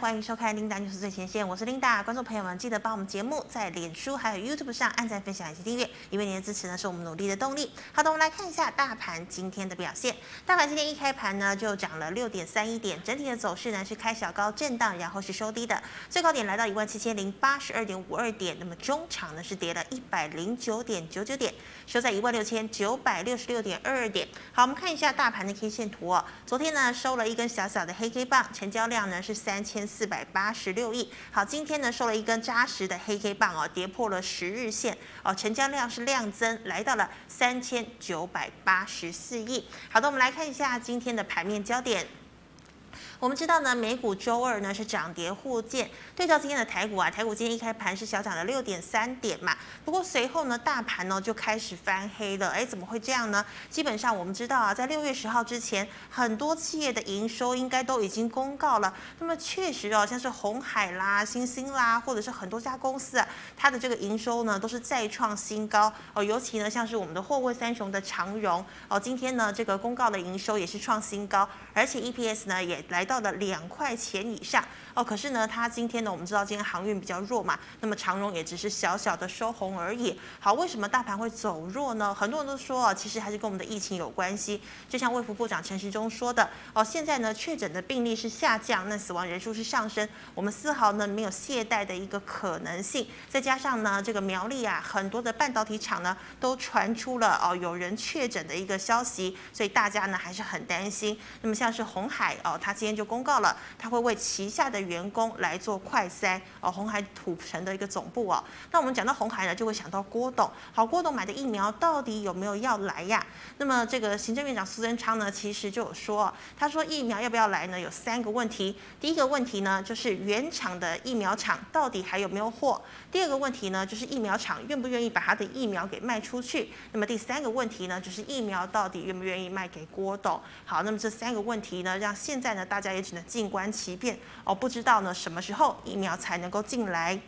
欢迎收看《琳达就是最前线》，我是琳达。观众朋友们，记得帮我们节目在脸书还有 YouTube 上按赞、分享以及订阅，因为您的支持呢是我们努力的动力。好的，我们来看一下大盘今天的表现。大盘今天一开盘呢就涨了六点三一点，整体的走势呢是开小高震荡，然后是收低的，最高点来到一万七千零八十二点五二点，那么中场呢是跌了一百零九点九九点，收在一万六千九百六十六点二二点。好，我们看一下大盘的 K 线图哦，昨天呢收了一根小小的黑 K 棒，成交量呢是三千四百八十六亿。好，今天呢收了一根扎实的黑 K 棒哦，跌破了十日线哦，成交量是量增，来到了三千九百八十四亿。好的，我们来看一下今天的盘面焦点。我们知道呢，美股周二呢是涨跌互见。对照今天的台股啊，台股今天一开盘是小涨了六点三点嘛，不过随后呢，大盘呢就开始翻黑了。哎，怎么会这样呢？基本上我们知道啊，在六月十号之前，很多企业的营收应该都已经公告了。那么确实哦，像是红海啦、星星啦，或者是很多家公司啊，它的这个营收呢都是再创新高哦。尤其呢，像是我们的货柜三雄的长荣哦，今天呢这个公告的营收也是创新高，而且 EPS 呢也来到了两块钱以上哦。可是呢，它今天呢，我们知道今天航运比较弱嘛，那么长荣也只是小小的收红而已。好，为什么大盘会走弱呢？很多人都说啊，其实还是跟我们的疫情有关系。就像卫福部长陈时中说的哦，现在呢确诊的病例是下降，那死亡人数是上升，我们丝毫呢没有懈怠的一个可能性。再加上呢，这个苗栗啊，很多的半导体厂呢都传出了哦有人确诊的一个消息，所以大家呢还是很担心。那么像是红海哦，它今天就公告了，它会为旗下的员工来做快筛哦，红海土城的一个总部哦。那我们讲到红海呢，就会想到郭董，好，郭董买的疫苗到底有没有要来呀？那么这个行政院长苏贞昌呢，其实就有说，他说疫苗要不要来呢？有三个问题。第一个问题呢，就是原厂的疫苗厂到底还有没有货？第二个问题呢，就是疫苗厂愿不愿意把它的疫苗给卖出去？那么第三个问题呢，就是疫苗到底愿不愿意卖给郭董？好，那么这三个问题呢，让现在呢大家也只能静观其变哦，不知道呢什么时候疫苗才能够进来。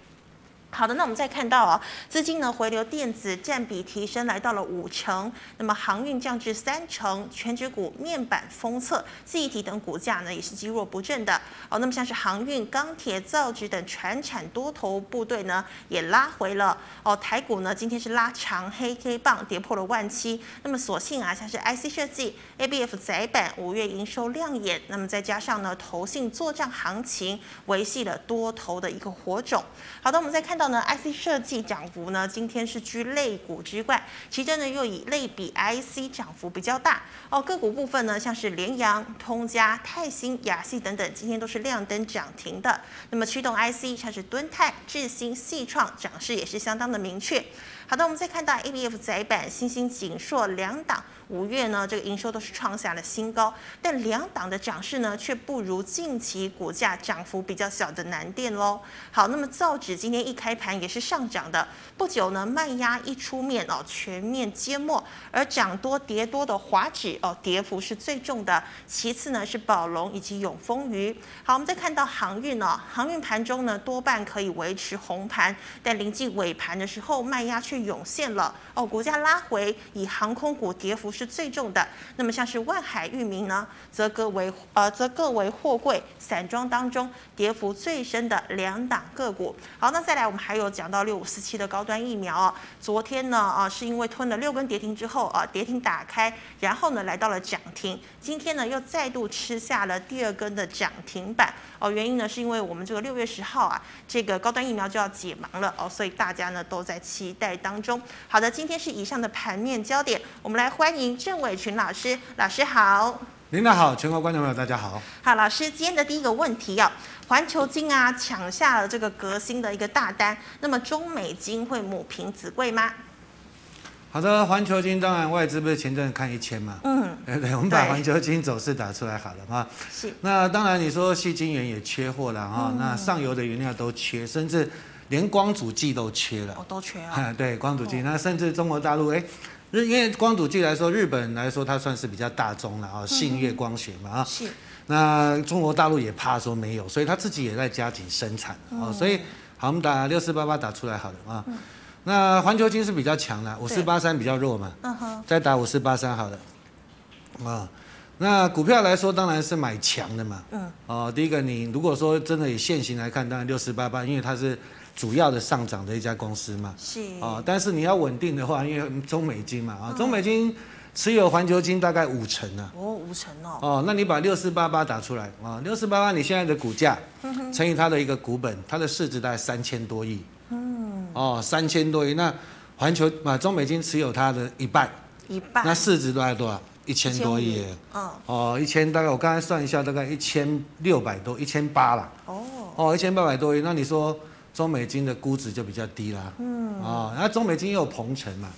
好的，那我们再看到啊、资金呢回流电子占比提升来到了五成，那么航运降至三成，全指股、面板、封测、记忆体等股价呢也是积弱不振的哦。那么像是航运、钢铁、造纸等船产多头部队呢也拉回了哦。台股呢今天是拉长黑 K 棒，跌破了万七。那么所幸啊，像是 IC 设计、ABF 窄板五月营收亮眼，那么再加上呢投信做账行情，维系了多头的一个火种。好的，我们再看到呢，IC 设计涨幅呢，今天是居类股之冠，其中呢又以类比 IC 涨幅比较大哦。个股部分呢，像是联阳、通家、泰兴、雅系等等，今天都是亮灯涨停的。那么驱动 IC 像是敦泰、智新、系创涨势也是相当的明确。好的，我们再看到 ABF 窄板、新兴、锦硕两档，五月呢这个营收都是创下了新高，但两档的涨势呢却不如近期股价涨幅比较小的南电喽。好，那么造纸今天一开盘也是上涨的，不久呢卖压一出面哦，全面揭没，而涨多跌多的华指哦，跌幅是最重的，其次呢是宝龙以及永丰余。好，我们再看到航运哦，航运盘中呢多半可以维持红盘，但临近尾盘的时候卖压却涌现了哦，股价拉回，以航空股跌幅是最重的。那么像是万海、域名呢，则各为呃则各为货柜散装当中跌幅最深的两档个股。好，那再来我们还有讲到六五四七的高端疫苗哦，昨天呢啊是因为吞了六根跌停之后啊跌停打开，然后呢来到了涨停，今天呢又再度吃下了第二根的涨停板哦，原因呢是因为我们这个六月十号啊这个高端疫苗就要解盲了哦，所以大家呢都在期待当中。好的，今天是以上的盘面焦点，我们来欢迎郑伟群老师，老师好。领导好，全国观众朋友大家好。好，老师，今天的第一个问题哦，环球金啊抢下了这个革新的一个大单，那么中美金会母凭子贵吗？好的，环球金当然外资不是前阵看一千嘛，嗯， 对不对？我们把对环球金走势打出来好了哈。是，那当然你说细晶圆也缺货了哈，那上游的原料都缺，甚至连光阻剂都缺了。我都缺哦。啊， 对，光阻剂，那甚至中国大陆哎。日因为光阻剂来说，日本来说它算是比较大宗了啊，信越光学嘛啊，是，那中国大陆也怕说没有，所以他自己也在加紧生产哦。所以好，我们打六四八八打出来好了啊。那环球金是比较强的，五四八三比较弱嘛，嗯哼，再打五四八三好了啊。那股票来说，当然是买强的嘛。嗯。哦，第一个，你如果说真的以现行来看，当然六四八八，因为它是主要的上涨的一家公司嘛。是哦，但是你要稳定的话，因为中美金嘛，啊，中美金持有环球金大概五成啊。哦，五成哦，哦，那你把六四八八打出来啊，六四八八你现在的股价乘以它的一个股本，它的市值大概三千多亿。嗯。哦，三千多亿，那环球啊，中美金持有它的一半，一半那市值大概多少？一千多亿耶。嗯，哦，一千大概我刚才算一下，大概一千六百多，一千八啦。哦，哦，一千八百多亿，那你说中美金的估值就比较低啦。嗯。哦，那中美金又有鹏程嘛，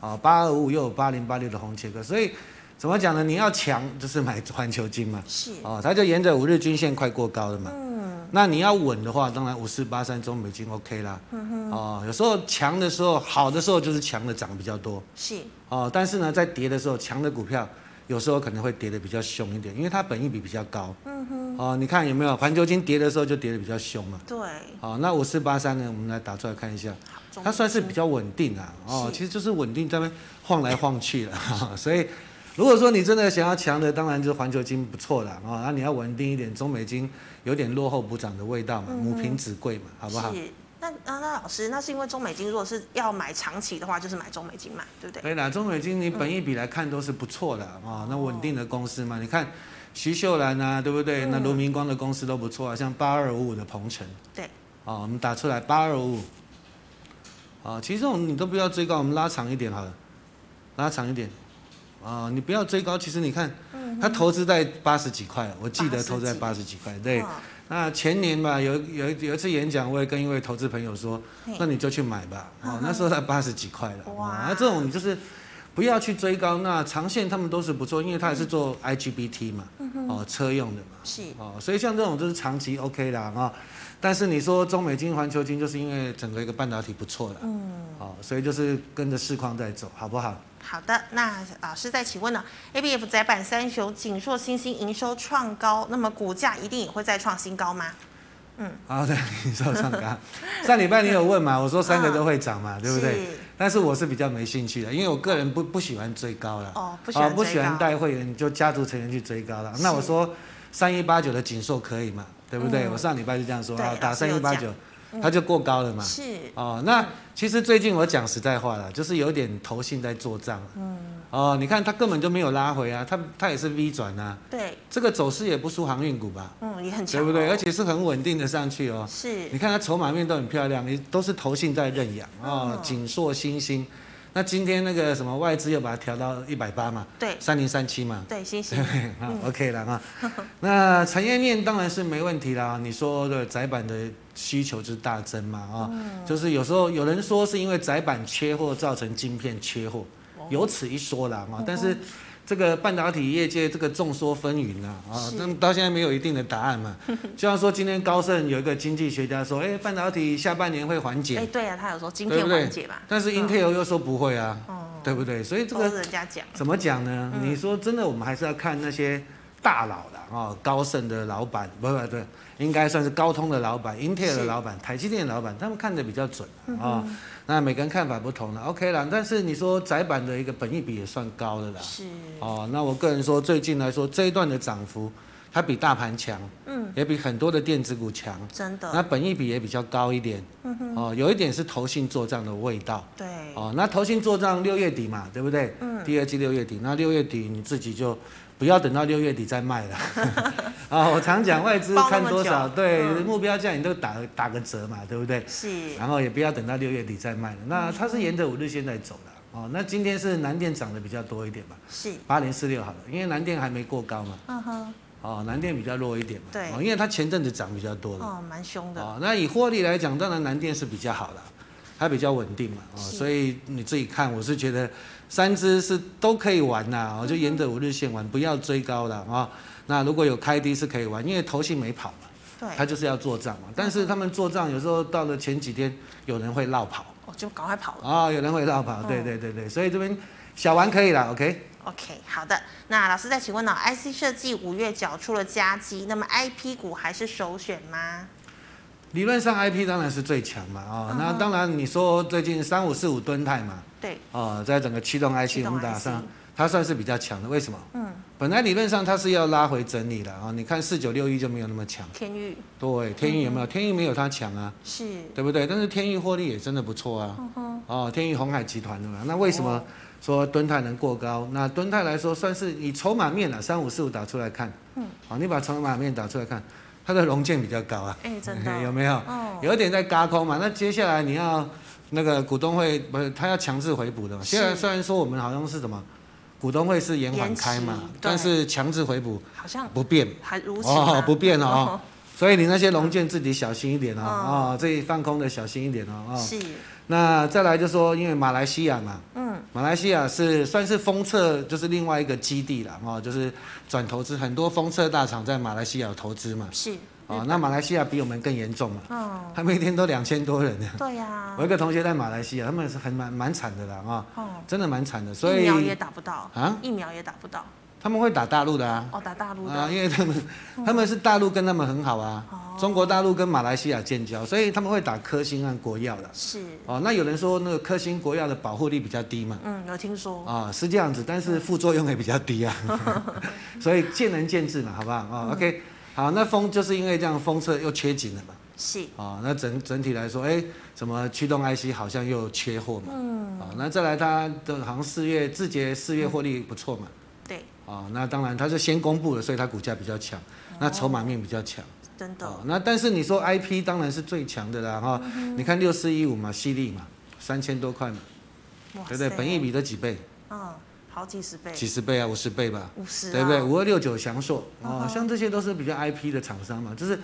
哦，八二五又有八零八六的红切割，所以怎么讲呢？你要强就是买环球金嘛。是哦，它就沿着五日均线快过高了嘛。嗯。那你要稳的话，当然五四八三中美金 OK 啦。嗯哦，有时候强的时候，好的时候就是强的涨比较多。是哦，但是呢，在跌的时候，强的股票有时候可能会跌得比较凶一点，因为它本益比比较高。嗯哼。哦，你看有没有环球金跌的时候就跌得比较凶嘛？对，好、那五四八三呢，我们来打出来看一下，中它算是比较稳定啊。哦，是其实就是稳定在那边晃来晃去 了、所以。如果说你真的想要强的，当然就是环球金不错啦。哦，那你要稳定一点，中美金有点落后补涨的味嗯道嘛，母凭子贵嘛，好不好？是。那那那老师，那是因为中美金，如果是要买长期的话，就是买中美金嘛，对不对？对啦，中美金你本益比来看都是不错的啊、那稳定的公司嘛，你看徐秀兰啊，对不对？那卢明光的公司都不错啊，像八二五五的鹏程，对，啊、我们打出来八二五五，啊，其实这种你都不要追高，我们拉长一点好了，拉长一点，啊、你不要追高，其实你看，嗯它投资在八十几哦块，我记得投资在嗯八十几块，对。嗯那前年吧，有有有一次演讲，我也跟一位投资朋友说嘿，那你就去买吧。哦，那时候才八十几块了。哇哇，那这种你就是不要去追高。那长线他们都是不错，因为他也是做 IGBT 嘛，哦，车用的嘛，是哦，所以像这种就是长期 OK 啦啊、但是你说中美金、环球金，就是因为整个一个半导体不错了，嗯，哦，所以就是跟着市况在走，好不好？好的，那老师再请问呢？ABF 窄板三雄、锦硕、新兴营收创高，那么股价一定也会再创新高吗？好 的，你说上纲。上礼拜你有问嘛？我说三个都会涨嘛，啊对不对？是但是我是比较没兴趣的，因为我个人不不喜欢追高了。哦不喜啊欢不追喜欢高带会员，就家族成员去追高了。那我说三一八九的锦硕可以嘛？对不对？我上礼拜就这样说嗯对啊，打老师三有嗯一八九，它就过高了嘛。是哦，那其实最近我讲实在话了，就是有点投信在做账。嗯。哦，你看它根本就没有拉回啊，它它也是 V 转啊，对，这个走势也不输航运股吧？嗯，也很强、对哦，不对？而且是很稳定的上去哦。是你看它筹码面都很漂亮，也都是投信在认养啊，嗯锦硕、新兴。那今天那个什么外资又把它调到一百八嘛，对三零三七嘛，对 新对兴不对？啊，OK 了啊。 那产业面当然是没问题啦。你说的窄板的需求之大增嘛，啊，嗯就是有时候有人说是因为窄板缺货造成晶片缺货，哦有此一说啦嗯啊。但是这个半导体业界这个众说纷纭啊，啊是，那么到现在没有一定的答案 嘛。就像说今天高盛有一个经济学家说，哎，半导体下半年会缓哎、解，对啊，他有说晶对片不对缓解吧？？但是嗯哦 Intel 又说不会啊，对不对？所以这个都是人家讲，怎么讲呢？你说真的，我们还是要看那些大佬啦，哦，高盛的老板，不不对，应该算是高通的老板、英特尔的老板、台积电的老板，他们看的比较准啊、哦那每个人看法不同了，OK 啦。但是你说窄板的一个本益比也算高的啦，是哦，那我个人说，最近来说这一段的涨幅，它比大盘强，嗯，也比很多的电子股强，真的，那本益比也比较高一点，嗯哼，哦，有一点是投信做账的味道。对，哦，那投信做账六月底嘛，对不对？嗯。第二季六月底，那六月底你自己就不要等到六月底再卖 了。啊、我常讲外资抱那看么多少，久嗯对、目标价你都打打个折嘛，对不对？是然后也不要等到六月底再卖了。嗯那它是沿着五日线在走的。哦，那今天是南电涨的比较多一点吧，是，八零四六好了，因为南电还没过高嘛。嗯哼，哦，南电比较弱一点嘛。对哦，因为它前阵子涨比较多了。哦，蛮凶的，哦，那以获利来讲，当然南电是比较好的，它比较稳定嘛，哦，是所以你自己看，我是觉得三只是都可以玩呐，哦我就沿着五日线玩，不要追高了啊、哦那如果有开低是可以玩，因为投信没跑嘛，对，嗯他就是要做账嘛，但是他们做账有时候到了前几天，有人会绕跑我哦就赶快跑了。啊、有人会绕跑，嗯对对对对，所以这边小玩可以了，OK。 OK，好的。那老师再请问呢、ic 设计五月缴出了佳绩，那么 IP 股还是首选吗？理论上 IP 当然是最强嘛，啊、哦，嗯那当然你说最近三五四五吨泰嘛，对，哦，在整个驱动 IC 驱动我们打 IC 上，它算是比较强的。为什么？嗯，本来理论上它是要拉回整理的啊，你看四九六一就没有那么强，天域对，天域有嗯没有？天域没有它强啊，是， 对不对？但是天域获利也真的不错啊，嗯哼，哦，天域红海集团的嘛，那为什么哦说敦泰能过高？那敦泰来说，算是以筹码面啊，三五四五打出来看，嗯，好，你把筹码面打出来看，它的融券比较高啊，哎，真的， 有没有？哦，有一点在嘎空嘛。那接下来你要那个股东会不是他要强制回补的嘛？是现在虽然说我们好像是什么股东会是延缓开嘛延期，但是强制回补好像不变，还如此吗哦不变哦。哦，所以你那些龙券自己小心一点哦，哦哦，自己放空的小心一点哦，哦。是，那再来就说，因为马来西亚嘛，嗯，马来西亚是算是封测，就是另外一个基地了哦，就是转投资，很多封测大厂在马来西亚有投资嘛，是，哦日，那马来西亚比我们更严重嘛，哦，他们一天都两千多人呢。对呀我，一个同学在马来西亚，他们是很蛮蛮惨的啦啊、哦，真的蛮惨的，所疫以苗也打不到，啊，疫苗也打不到，他们会打大陆的啊，哦，打大陆啊，的，因为他们他们是大陆跟他们很好啊，哦中国大陆跟马来西亚建交，所以他们会打科兴和国药的。是，哦，那有人说那个科兴国药的保护力比较低嘛？嗯，有听说，啊、是这样子，但是副作用也比较 低啊， 所以见仁见智嘛，好不好？啊、o 嗯 k 好，那风就是因为这样封测又缺紧了嘛，是，啊、那整整体来说，哎、什么驱动 IC 好像又缺货嘛，嗯，啊、那再来它的好像四月字节四月获利不错嘛，对，啊、那当然它是先公布了，所以它股价比较强，哦那筹码面比较强，真的，啊、那但是你说 IP 当然是最强的啦哈、嗯你看六四一五嘛，犀利嘛，三千多块嘛，哇对不对？塞本益，比都几倍，嗯，好几十倍，几十倍啊，五十倍吧，五十，啊对不对？？五二六九翔硕嗯啊、哼像这些都是比较 IP 的厂商嘛，就是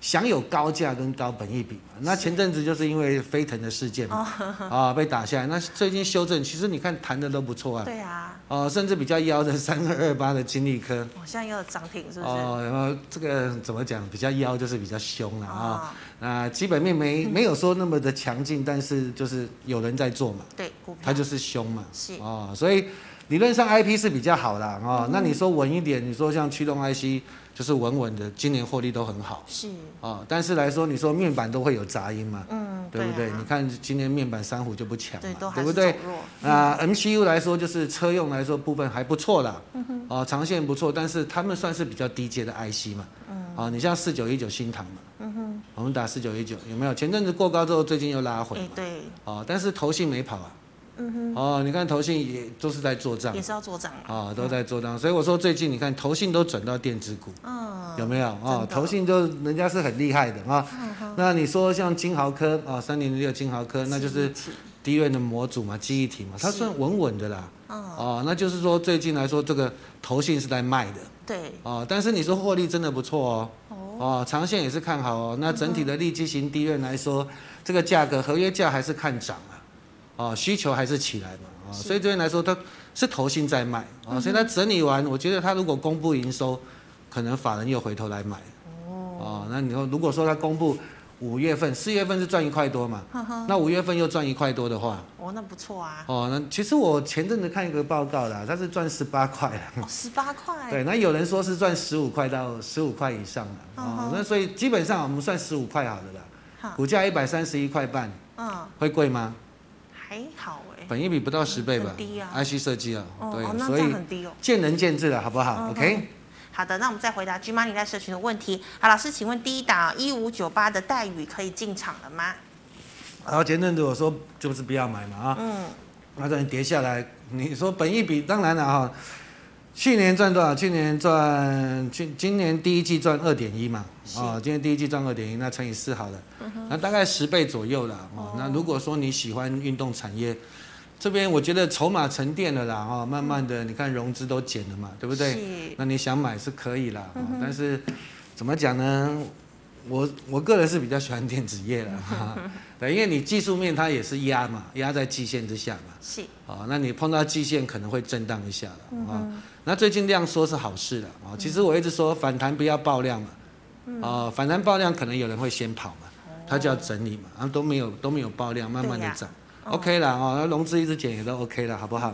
享有高价跟高本益比嘛。那是哦前阵子就是因为飞腾的事件嘛，啊、被打下来。那最近修正，其实你看谈的都不错啊，对啊，哦、甚至比较妖的三二二八的金利科，我现在又有涨停，是不是？哦、然后这个怎么讲，比较妖就是比较凶了啊。啊，那基本 面没没有说那么的强劲，但是就是有人在做嘛，对，股票它就是凶嘛。是哦，所以理论上 IP 是比较好啦哦。嗯那你说稳一点，你说像驱动 IC 就是稳稳的，今年获利都很好是，哦。但是来说，你说面板都会有杂音嘛，嗯，对不对？啊你看今年面板三虎就不强对，都嘛，还对是嗯不走对？弱，那 MCU 来说，就是车用来说部分还不错啦，嗯哦，长线不错，但是他们算是比较低阶的 IC 嘛，嗯哦，你像四九一九新唐嘛，我们打四九一九有没有？前阵子过高之后，最近又拉回哎嘛，，对，哦，但是投信没跑啊，嗯哦，你看投信也都是在做账哼，也，是要做涨了，啊、都在做账，所以我说最近你看投信都转到电子股，嗯，有没有啊、真的嗯投信就人家是很厉害的啊、那你说像金豪科啊，三零六金豪科，那就是记忆体低润的模组嘛，记忆体嘛，它是算稳稳的啦。嗯，哦，那就是说最近来说，这个投信是在卖的对，哦，但是你说获利真的不错哦，哦，哦，长线也是看好哦。那整体的利基型低润来说，这个价格合约价还是看涨啊，哦，需求还是起来嘛，哦，是嗯所以这边来说它是投信在卖哦，所以它整理完，我觉得它如果公布营收，可能法人又回头来买哦。那你说如果说它公布五月份、四月份是赚一块多嘛，呵呵，那五月份又赚一块多的话，哦，那不错啊，哦，那其实我前阵子看一个报告啦，它是赚十八块啊啦。哦，十八块，对，那有人说是赚十五块到十五块以上的嗯哦哼，那所以基本上我们算十五块好了啦。哈，股价一百三十一块半，嗯，会贵吗？还好哎，本益比不到十倍吧很低啊？IC 设计啊，哦，哦对，那所这样以很低哦。见仁见智了，好不嗯好？OK，好的，那我们再回答 G Money 在社群的问题。好，老师，请问第一档一五九八的待遇可以进场了吗？然后前阵子我说就是不要买嘛啊，嗯，那等跌下来，你说本益比当然了哈，去年赚多少？去年赚去今年第一季赚二点一嘛，是哦，今年第一季赚二点一，那乘以四好了，那大概十倍左右了哦哦。那如果说你喜欢运动产业，这边我觉得筹码沉淀了啦哈，慢慢的你看融资都减了嘛，对不对？是，那你想买是可以啦，哦嗯但是怎么讲呢？我我个人是比较喜欢电子 业啦，哈对，因为你技术面它也是压嘛，压在季线之下嘛。是，哦，那你碰到季线可能会震荡一下了嗯啊、那最近量缩是好事了啊、其实我一直说反弹不要爆量嘛，嗯哦，反弹爆量可能有人会先跑嘛，它就要整理嘛，然后都没有都没有爆量，慢慢的对呀涨、哦 OK 啦哦，那融资一直减也都 OK 了，好不好？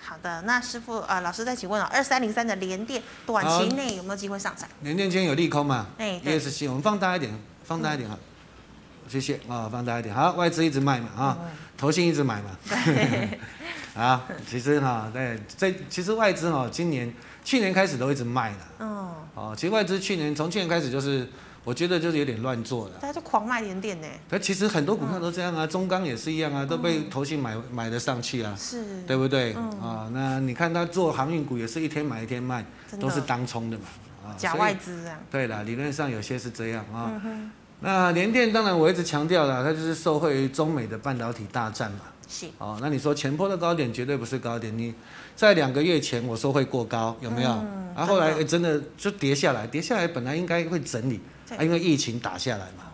好的，那师傅啊、呃老师再请问哦，二三零三的联电短期内有没有机会上涨？年年间有利空嘛哎对？ESC 我们放大一点，放大一点好了，嗯 谢谢啊、哦放大一点，好，外资一直卖嘛啊、投信一直买嘛，啊，其实哈，在在其实外资哈，今年去年开始都一直卖了。嗯，哦，其实外资去年从去年开始就是，我觉得就是有点乱做了。大家就狂卖连电呢，但其实很多股票都这样啊，嗯中钢也是一样啊，都被投信买买了上去啊，是，对不对？啊、嗯那你看他做航运股也是一天买一天卖，真都是的当冲的嘛。啊，假所以外资这样，对啦，理论上有些是这样啊。嗯哼，那联电当然我一直强调了，它就是受惠于中美的半导体大战嘛。是，哦，那你说前波的高点绝对不是高点，你在两个月前我说会过高，有没有？啊嗯然后后来真诶真的就跌下来，跌下来本来应该会整理，对啊、因为疫情打下来嘛。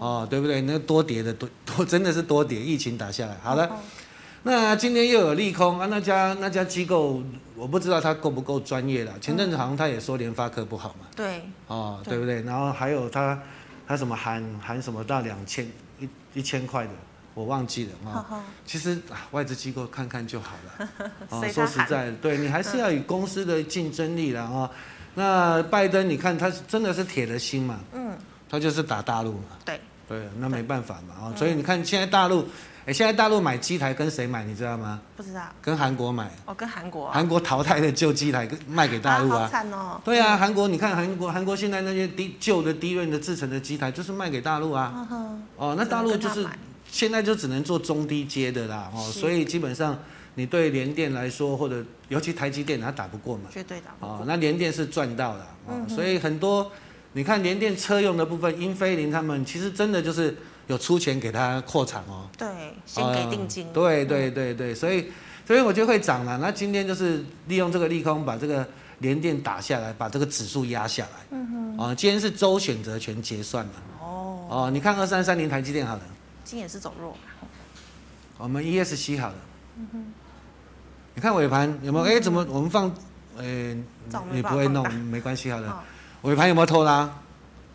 哦，对不对？那多跌的多 多真的是多跌，疫情打下来。好了，哦，那今天又有利空啊，那家那家机构我不知道它够不够专业了。前阵子好像他也说联发科不好嘛，对，哦，对对不对？然后还有他他什么喊喊什么到两千一一千块的，我忘记了啊。哈哈，其实啊外资机构看看就好 了。所哦以，他说实喊在的，对你还是要以公司的竞争力啦哦。那拜登，你看他是真的是铁了心嘛，嗯，他就是打大陆嘛。对，对，那没办法嘛哦。所以你嗯看现在大陆，哎，现在大陆买机台跟谁买，你知道吗？不知道，跟韩国买，哦，跟韩国啊，韩国淘汰的旧机台跟卖给大陆好啊。惨哦，对啊，韩国你看韩国，韩国现在那些低旧的低润的制成的机台就是卖给大陆啊。嗯哼，哦，那大陆就只是能跟现在就只能做中低阶的啦，哦，是所以基本上你对联电来说，或者尤其台积电，它打不过嘛他买，绝对的，哦，那联电是赚到了，嗯哦，所以很多你看联电车用的部分，英飞凌他们其实真的就是有出钱给它扩厂哦，对，先给定金呃，对对对对，所以所以我就会涨了。那今天就是利用这个利空把这个联电打下来，把这个指数压下来，嗯哼，哦，今天是周选择权结算嘛，哦，哦，你看二三三零台积电好了。今天也是走弱嘛，我们 ESC 好了。嗯你看尾盘有没有？哎、怎么我们放？呃、这我没你办法不会放弄大，没关系好了。哦尾盘有没有偷拉？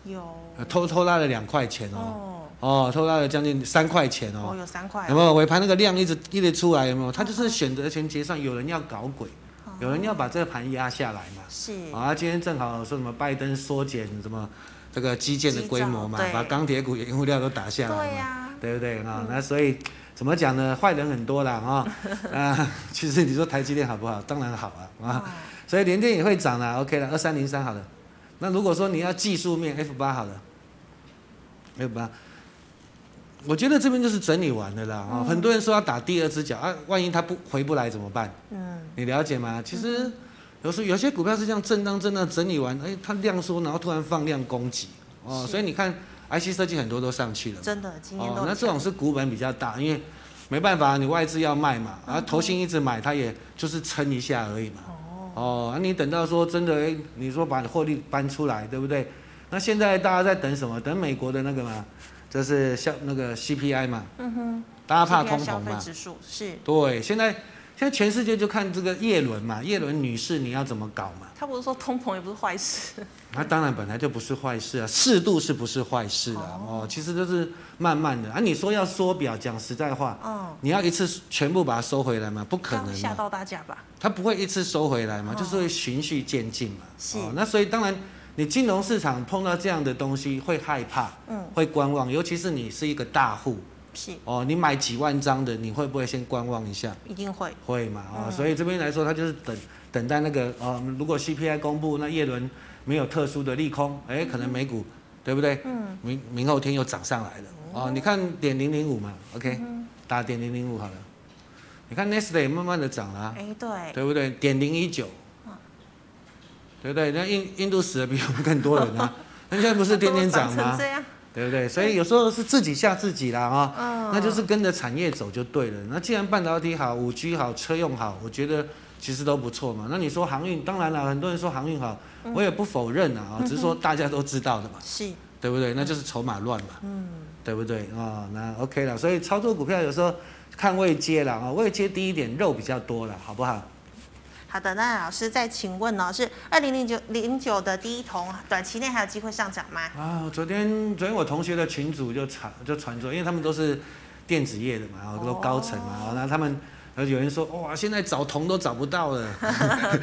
有，偷偷拉了两块钱哦。哦，哦，偷拉了将近三块钱哦，哦。有三块有，没有尾盘那个量一直一直出来？有没有？它就是选择权结算，有人要搞鬼，哦有人要把这个盘压下来嘛。是，啊，今天正好说什么拜登缩减什么这个基建的规模嘛基，造对把钢铁股、原物料都打下来嘛。对呀，嗯对不对啊、那所以怎么讲呢？坏人很多啦啊、啊，其实你说台积电好不好？当然好啊啊，哦所以联电也会涨啦。OK 了，二三零三好了。那如果说你要技术面 F 八好了，F 八，我觉得这边就是整理完的啦啊、嗯很多人说要打第二只脚啊，万一它不回不来怎么办？嗯，你了解吗？其实有时候有些股票是这样震荡震荡整理完，哎，它量缩，然后突然放量攻击哦，是所以你看 IC 设计很多都上去了嘛。真的，今天哦，都那很这种是股本比较大，因为没办法，你外资要卖嘛，嗯啊，投信一直买，它也就是撑一下而已嘛。哦，哦，那、你等到说真的，哎，你说把获利搬出来，对不对？那现在大家在等什么？等美国的那个嘛，就是消那个 CPI 嘛，嗯哼，大家怕 CPI 通消膨费嘛。指数是对，现在现在全世界就看这个耶伦嘛，耶伦女士你要怎么搞嘛？他不是说通膨也不是坏事，那当然本来就不是坏事啊，适度是不是坏事啊？哦，其实就是慢慢的啊。你说要缩表，讲实在话，嗯，你要一次全部把它收回来吗？不可这样能啊吓嘛，到大家吧？它不会一次收回来嘛，哦就是会循序渐进嘛。哦是那所以当然，你金融市场碰到这样的东西会害怕，嗯，会观望，尤其是你是一个大户是，哦，你买几万张的，你会不会先观望一下？一定会，会嘛，哦，嗯所以这边来说，它就是等等待那个哦，如果 CPI 公布，那耶伦没有特殊的利空，哎，可能美股、对不对？嗯，明明后天又涨上来了哦，你看点零零五嘛，OK，、嗯打点零零五好了。你看 Nestle 也慢慢的涨了、啊，哎，嗯对，对不对？点零一九，对不对？那印印度死的比我们更多人啊，人家不是天天涨成吗？这样，对不对？所以有时候是自己吓自己啦啊、嗯，那就是跟着产业走就对了。那既然半导体好、五 G 好、车用好，我觉得其实都不错嘛。那你说航运，当然了，很多人说航运好，嗯我也不否认 啊，只是说大家都知道的嘛，是，对不对？那就是筹码乱嘛，嗯，对不对啊、那 OK 了，所以操作股票有时候看位阶啦啊，位阶低一点，肉比较多了，好不好？好的，那老师再请问哦，是二零零九零九的第一桶，短期内还有机会上涨吗？ 啊，昨天昨天我同学的群主就传就传出来，因为他们都是电子业的哦嘛，都高层嘛，那他们呃有人说哇，现在找铜都找不到了。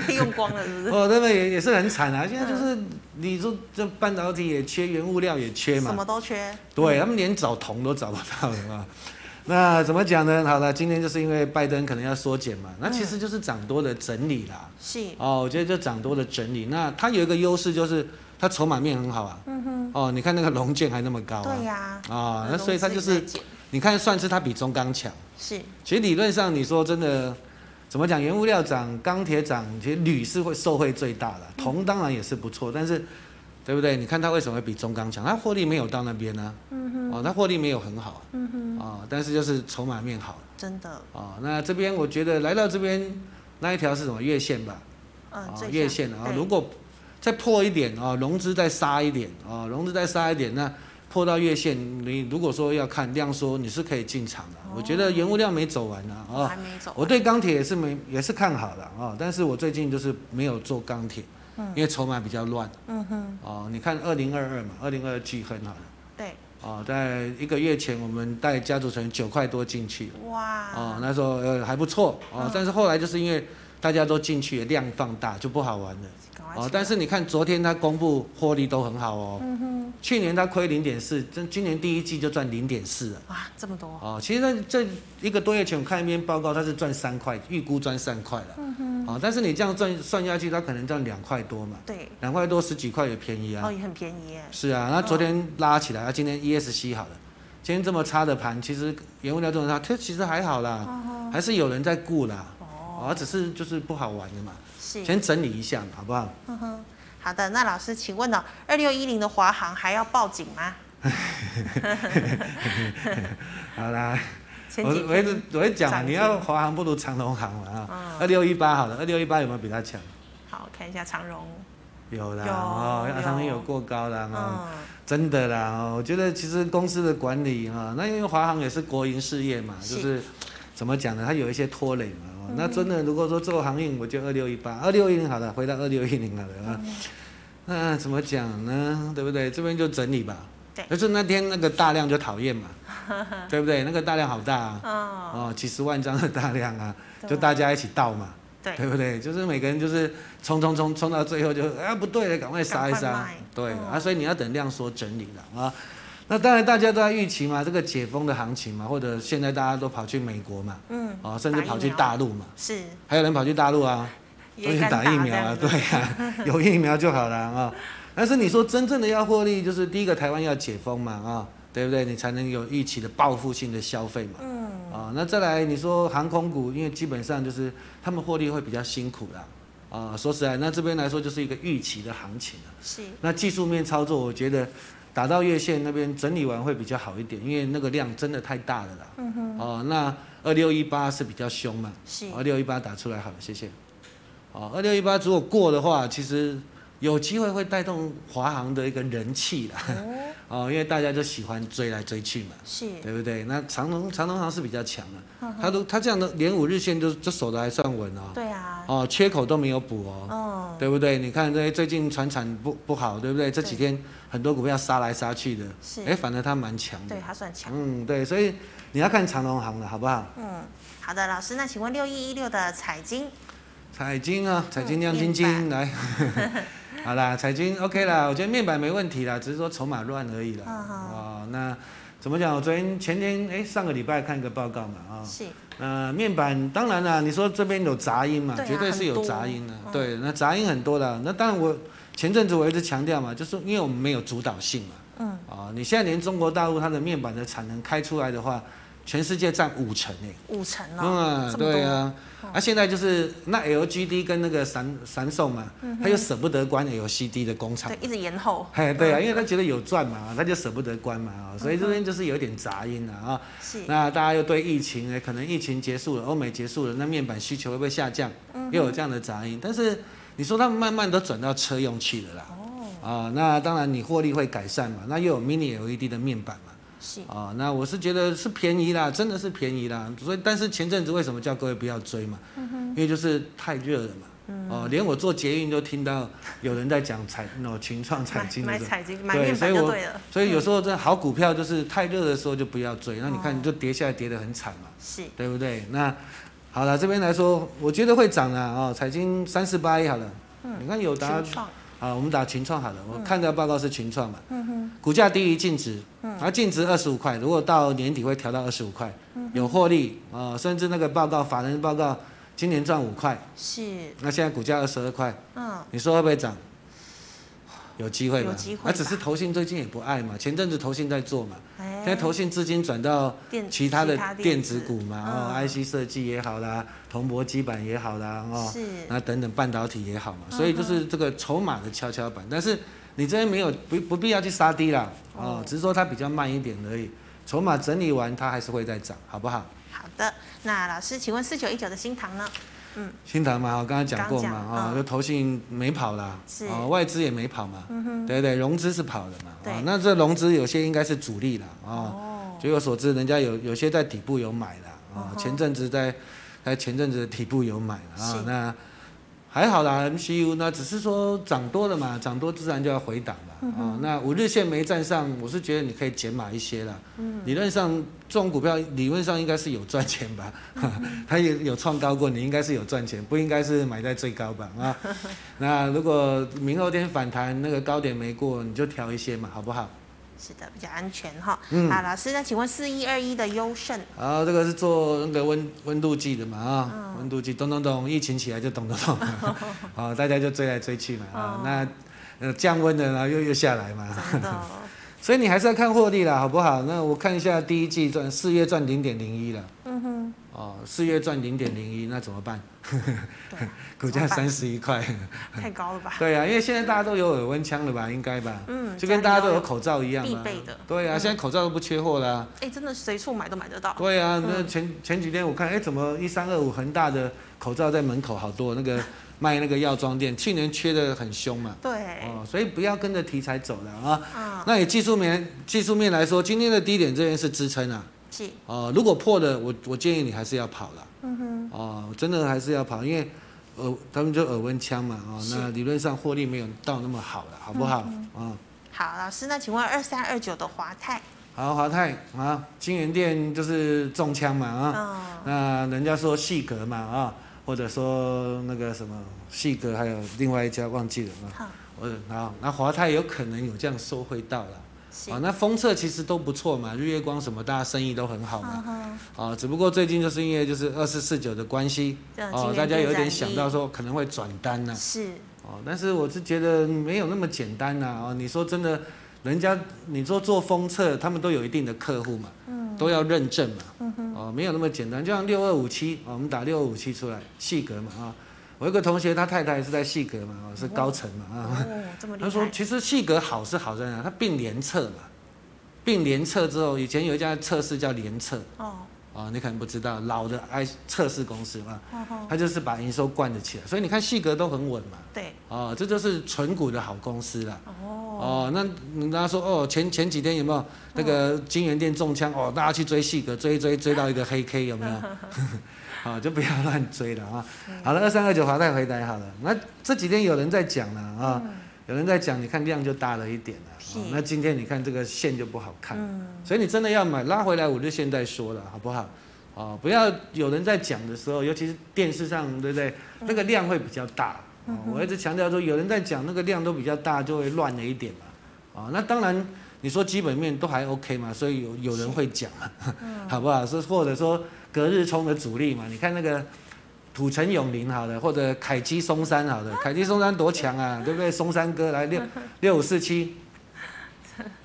被用光了是不是？哦，那个也也是很惨嗯啊！现在就是你说这半导体也缺，原物料也缺什嘛，么都缺，对他们连找铜都找不到了嘛。 那怎么讲呢？好了，今天就是因为拜登可能要缩减嘛，那其实就是涨多的整理啦。是，哦，我觉得就涨多的整理。那它有一个优势就是它筹码面很好啊。嗯哼，哦，你看那个龙建还那么高啊。对呀，啊，那融所以它资就在是减你看，算是它比中钢强。是其实理论上，你说真的，怎么讲？原物料涨，钢铁涨，其实铝是会受惠最大的，铜当然也是不错，但是对不对？你看它为什么会比中钢强？它获利没有到那边呢、哦，它获利没有很好。嗯哼。哦，但是就是筹码面好。真的，哦，那这边我觉得来到这边那一条是什么月线吧？嗯，哦最，月像线啊、哦对如果再破一点啊、哦，融资再杀一点啊、哦，融资再杀一点，那破到月线，你如果说要看量缩，你是可以进场的。我觉得原物料没走完呢啊、哦哦还没走，我对钢铁也是没也是看好的啊、哦，但是我最近就是没有做钢铁，因为筹码比较乱嗯哼，哦。你看二零二二嘛，二零二巨亨好了对，哦，在一个月前我们带家族成员九块多进去，哦，哇，那时候呃还不错哦，嗯但是后来就是因为大家都进去量放大，就不好玩了。赶快哦起，但来是你看昨天它公布获利都很好哦，去年它亏零点四，今今年第一季就赚零点四了。哇，这么多，哦，其实在这一个多月前我看一篇报告，它是赚三块，预估赚三块了。哦，但是你这样算算下去，它可能赚两块多嘛，对，两块多十几块也便宜啊。哦，也很便宜耶，是啊，那昨天拉起来，那啊今天 ESC 好了，今天这么差的盘，其实原物料这么差，它其实还好啦，还是有人在顾啦，哦，只是就是不好玩的嘛，是，先整理一下嘛，好不好？嗯哼，好的，那老师，请问哦，二六一零的华航还要报警吗？好啦，前我几我一直天我会讲啊，涨你停要华航不如长隆航嘛啊嗯，二六一八好了，二六一八有没有比它强？好看一下长荣，有啦，有哦，有他们有过高啦，哦，嗯，真的啦，哦，我觉得其实公司的管理啊，那因为华航也是国营事业嘛，是嗯就是怎么讲呢？它有一些拖累嘛。哦，那真的如果说做航运，我就二六一八，二六一零好了，回到二六一零好了啊。嗯那怎么讲呢？对不对？这边就整理吧。对就是那天那个大量就讨 厌嘛，对不对？那个大量好大啊，嗯，哦，几十万张的大量啊，对就大家一起倒嘛，对，对不对？就是每个人就是冲冲冲冲到最后就啊不对了，赶快杀一赶快杀卖，对、嗯啊，所以你要等量缩整理了啊。那当然大家都在预期嘛，这个解封的行情嘛，或者现在大家都跑去美国嘛，嗯，啊，甚至打疫跑去苗大陆嘛，是，还有人跑去大陆啊，都也去敢打疫苗啊，这对样子 啊，有疫苗就好了啊。但是你说真正的要获利，就是第一个台湾要解封嘛啊，对不对？你才能有预期的报复性的消费嘛。嗯，啊、那再来你说航空股，因为基本上就是他们获利会比较辛苦啦。啊、说实在，那这边来说就是一个预期的行情啊。是，那技术面操作，我觉得打到月线那边整理完会比较好一点，因为那个量真的太大了啦。嗯哼。哦，那二六一八是比较凶嘛？是二六一八打出来好了，谢谢。哦，二六一八如果过的话，其实有机会会带动华航的一个人气啦。哦，哦，因为大家就喜欢追来追去嘛。是，嗯 对不对？那长隆长隆行是比较强的、它都它这样的连五日线就就守得还算稳哦，对啊，哦，缺口都没有补哦，嗯，对不对？你看这最近船产不不好，对不对？这几天很多股票杀来杀去的，是哎，反而它蛮强的对，，他算强。嗯，对，所以你要看长隆行了，好不好？嗯，好的，老师，那请问六一一六的彩金彩金啊，彩嗯金亮晶晶面 来，好啦，彩金 OK 啦，我觉得面板没问题啦，只是说筹码乱而已啦。嗯好哦，那怎么讲？我昨天前天哎上个礼拜看一个报告嘛啊。是呃，面板当然啦，你说这边有杂音嘛，对啊绝对是有很多杂音的、嗯对，那杂音很多的。那当然我前阵子我一直强调嘛，就是因为我们没有主导性嘛。嗯。啊、你现在连中国大陆它的面板的产能开出来的话，全世界占五成诶。五成哦，嗯，这么对多，啊，啊，现在就是那 LGD 跟那个闪闪送嘛，他又舍不得关 LCD 的工厂嗯对，，一嗯直延后，哎，对啊，因为他觉得有赚嘛，他就舍不得关嘛，嗯啊，所以这边就是有点杂音了啊。是那大家又对疫情呢，可能疫情结束了，欧美结束了，那面板需求会不会下降？嗯又有这样的杂音。但是你说他们慢慢都转到车用去了啦。哦啊、那当然你获利会改善嘛，那又有 mini LED 的面板嘛，是啊、那我是觉得是便宜啦，真的是便宜啦，所以但是前阵子为什么叫各位不要追嘛？嗯因为就是太热了嘛，哦、连我做捷运都听到有人在讲彩，哦，群创彩买金的买时候彩金买对面所板以就我对了，所以有时候这好股票就是太热的时候就不要追，那你哦看就跌下来跌得很惨嘛，是对不对？那好了，这边来说，我觉得会涨啦哦，彩金三四八一好了，你看友达嗯群创啊，我们打群创好了，我嗯看到报告是群创嘛，股价低于净值，嗯然后净值二十五块，如果到年底会调到二十五块，嗯有获利啊、甚至那个报告法人报告今年赚五块，是，那现在股价二十二块，嗯，你说会不会涨？有机会吧有机会吧那只是投信最近也不爱嘛，前阵子投信在做嘛，哎现在投信资金转到电其他的电电子股嘛，嗯哦，IC 设计也好啦，铜箔基板也好啦，哦，是，那等等半导体也好嘛，嗯所以就是这个筹码的跷跷板，但是你这边没有不不必要去杀低啦，哦哦，只是说它比较慢一点而已，筹码整理完它还是会再涨，好不好？好的。那老师，请问四九一九的新塘呢？新塘嘛，我哦刚刚讲过嘛，刚讲啊、嗯就投信没跑啦，是嗯哦，外资也没跑嘛，对对，融资是跑的嘛，对啊、那这融资有些应该是主力啦，啊、哦，据我所知，人家有有些在底部有买啦，啊、嗯哼前阵子在在前阵子的底部有买啦是啊，那还好啦，MCU 那只是说涨多了嘛，涨多自然就要回档嘛，嗯啊、那五日线没站上，我是觉得你可以减码一些啦，嗯理论上这种股票理论上应该是有赚钱吧，嗯 它也有创高过，你应该是有赚钱，不应该是买在最高吧 啊，那如果明后天反弹那个高点没过，你就调一些嘛，好不好？是的，比较安全哈。嗯啊，老师，那请问四一二一的优 胜然后这个是做那个温温度计的嘛嗯啊，温度计咚咚咚，疫情起来就咚 咚咚，啊，大家就追来追去嘛啊哦，那呃降温的然后又又下来嘛，真的所以你还是要看获利啦，好不好？那我看一下第一季赚四月赚零点零一了，嗯哼，哦，四月赚零点零一，那怎么办？ 对啊股怎价么三十一 块，太高了吧？对啊，因为现在大家都有耳温枪了吧，应该吧？嗯，就跟大家都有加油口罩一样必啊备的，对啊，嗯现在口罩都不缺货啦。哎，真的随处买都买得到。对啊，那嗯前前几天我看，哎，怎么一三二五恒大的口罩在门口好多，那个卖那个药妆店，去年缺的很凶嘛，对，哦，所以不要跟着题材走了啊。嗯，那以技术面技术面来说，今天的低点这边是支撑啊，是，哦，如果破了，我我建议你还是要跑了，嗯哼，哦，真的还是要跑，因为呃，他们就耳温枪嘛，哦，是嗯那理论上获利没有到那么好了，好不好？啊，好，老师，那请问二三二九的华泰，好，华泰啊，金源店就是中枪嘛啊。嗯，那人家说细格嘛啊，或者说那个什么细格，还有另外一家忘记了啊。嗯好，我那那华泰有可能有这样收回到了是啊，，那封测其实都不错嘛，日月光什么大家生意都很好嗯嘛哼，啊，只不过最近就是因为就是二四四九的关系这样哦今，天大家有更点加想低到说可能会转单呐、是，哦，但是我是觉得没有那么简单呐、哦，你说真的，人家你说做封测，他们都有一定的客户嘛，嗯，都要认证嘛，嗯哦，没有那么简单。就像六二五七，哦，我们打六二五七出来，细格嘛啊、我有个同学，他太太是在细格嘛，哦，是高层嘛啊、哦，这么厉他说害，其实细格好是好在哪，它并联测嘛，并联测之后，以前有一家测试叫联测。哦，哦，你可能不知道，老的 I 测试公司嘛，哦吼，它就是把营收灌了起来，所以你看细格都很稳嘛。对，哦，这就是纯股的好公司啦。哦，哦，那你跟他说哦，前前几天有没有那个金源店中枪？哦，大家去追细格，追一追追到一个黑 K 有没 有？好、就不要乱追了啊。嗯好了，二三二九华泰回答好了。那这几天有人在讲了啊，有人在讲，你看量就大了一点了、嗯是哦那今天你看这个线就不好看，嗯，所以你真的要买拉回来五日线再说了，好不好？哦，不要有人在讲的时候，尤其是电视上，对不对？嗯那个量会比较大。哦、我一直强调说，有人在讲那个量都比较大，就会乱了一点嘛。啊、那当然，你说基本面都还 OK 嘛，所以有有人会讲嘛，嗯 好不好？是或者说隔日冲的主力嘛，你看那个土城永林好了，或者凯基松山 好了，凯基松山多强啊，对不对？松山哥来六六五四 七，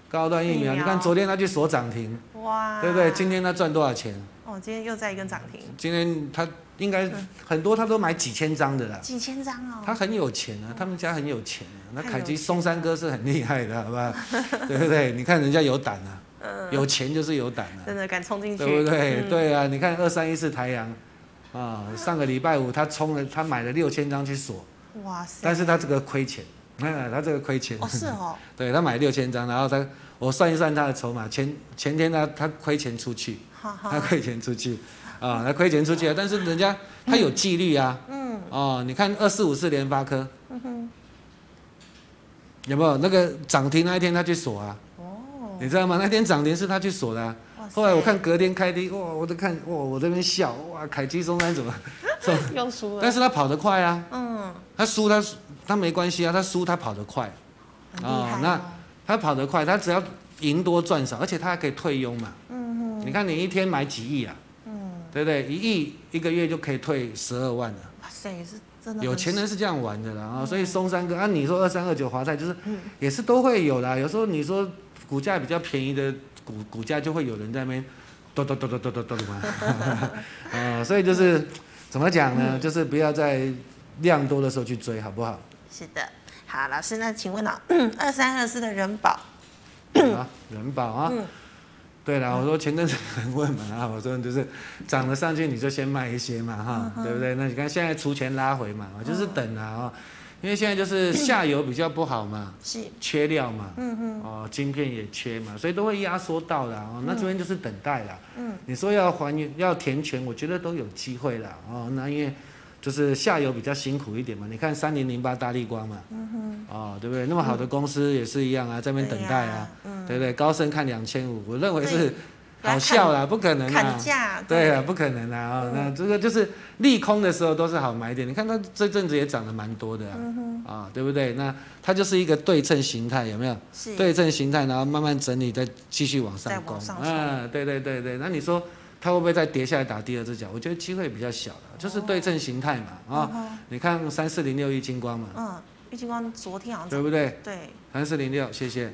高端疫苗，疫苗啊你看昨天他去锁涨停，哇，对不对？今天他赚多少钱？哦，今天又再一根涨停，今天他应该很多，他都买几千张的啦。几千张哦，他很有钱啊，他们家很有钱啊。那太有凯基钱松山哥是很厉害的，好 不好？对不对？你看人家有胆啊，有钱就是有胆啊，呃真的敢冲进去，对不对？嗯，对啊，你看二三一四台阳，啊，上个礼拜五他冲了，他买了六千张去锁，哇塞，但是他这个亏钱，那他这个亏钱哦，是哦，对他买六千张，然后他我算一算他的筹码，前前天他他亏钱出去，哈他哈，亏钱出去，啊，他亏钱出去啊，但是人家他有纪律啊，嗯，哦，你看二四五四联发科，有没有那个涨停那一天他去锁啊？哦，你知道吗？那天涨停是他去锁的啊、哇塞后来我看隔天开低，哇，我都看，哇，我这边笑，哇，凯基中山怎么？ 又输了，但是他跑得快啊，嗯，他输他他没关系啊，他输他跑得快，很厉害、哦哦那他跑得快，他只要赢多赚少，而且他还可以退佣嘛。嗯你看你一天买几亿啊，嗯，对不对？一亿一个月就可以退十二万了。哇塞，是真的有很钱人是这样玩的啦啊，嗯所以松山哥啊，你说二三二九华泰就是嗯也是都会有啦。有时候你说股价比较便宜的股股价就会有人在那边嘟嘟嘟嘟嘟嘟嘟 嘛，啊，所以就是怎么讲呢？就是不要在量多的时候去追，好不好？是的。好，老师，那请问啊， 二三二四的人保，啊，人保啊嗯。对了，我说前阵子有人问嘛，啊，我说就是涨了上去你就先卖一些嘛，哈、嗯对不对？那你看现在出钱拉回嘛，我就是等啊，哦，因为现在就是下游比较不好嘛，是，缺料嘛，嗯嗯哦，晶片也缺嘛，所以都会压缩到啦。哦，那这边就是等待啦。嗯，你说要还原要填权，我觉得都有机会啦。哦，那因为就是下游比较辛苦一点嘛。你看三零零八大力光嘛，嗯哦，对不对？那么好的公司也是一样啊，在那边等待啊，嗯对呀，对不对？高盛看两千五，我认为对是不要好笑啦，不可能嗯，砍啊。价， 对啊，，不可能啊！嗯哦，那这个就是利空的时候都是好买点。你看它这阵子也涨得蛮多的啊，嗯啊，对不对？那它就是一个对称形态，有没有？是，对称形态，然后慢慢整理，再继续往再上往攻。上冲嗯，对对对对。那你说它会不会再跌下来打第二只脚？我觉得机会比较小了，就是对称形态嘛。啊、哦嗯你看三四零六一金光嘛，嗯，郁金光昨天好像对不对？对，三四零六，谢谢。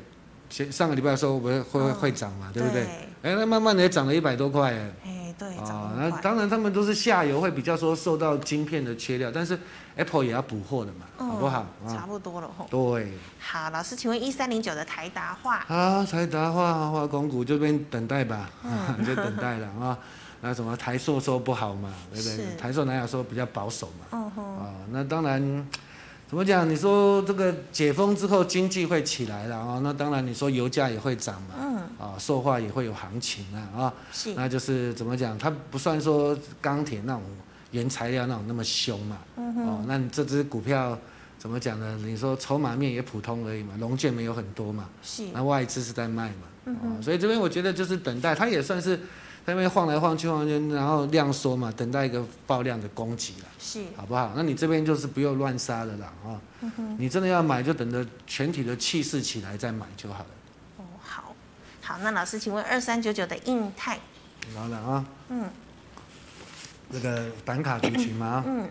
前上个礼拜的时候，我们会会嗯会涨嘛，对不对？？哎，那慢慢的也涨了一百多块哎。哎，对，涨哦，得那快当然，他们都是下游会比较说受到晶片的缺料，但是 Apple 也要补货的嘛，嗯好不好？啊，差不多了吼。对。好，老师，请问一三零九的台达化，啊，台达化化工股这边等待吧，嗯 就等待了啊。那什么台塑说不好嘛，对不是对？台塑南亚说比较保守嘛，嗯哼，啊，那当然，怎么讲？你说这个解封之后经济会起来了啊，那当然你说油价也会涨嘛，嗯，啊，塑化也会有行情啊，啊，是，那就是怎么讲？它不算说钢铁那种原材料那种那么凶嘛，嗯哼，哦，那你这只股票怎么讲呢？你说筹码面也普通而已嘛，龙券没有很多嘛。是，那外资是在卖嗯嘛，哦，所以这边我觉得就是等待，它也算是在那边晃来晃去晃来晃去，然后量缩嘛，等待一个爆量的供给了，是，好不好？那你这边就是不用乱杀了啦，啊、嗯哦，你真的要买就等着全体的气势起来再买就好了，哦，好，好，那老师，请问二三九九的印泰，然后呢啊，嗯，这个板卡族群嘛，啊嗯，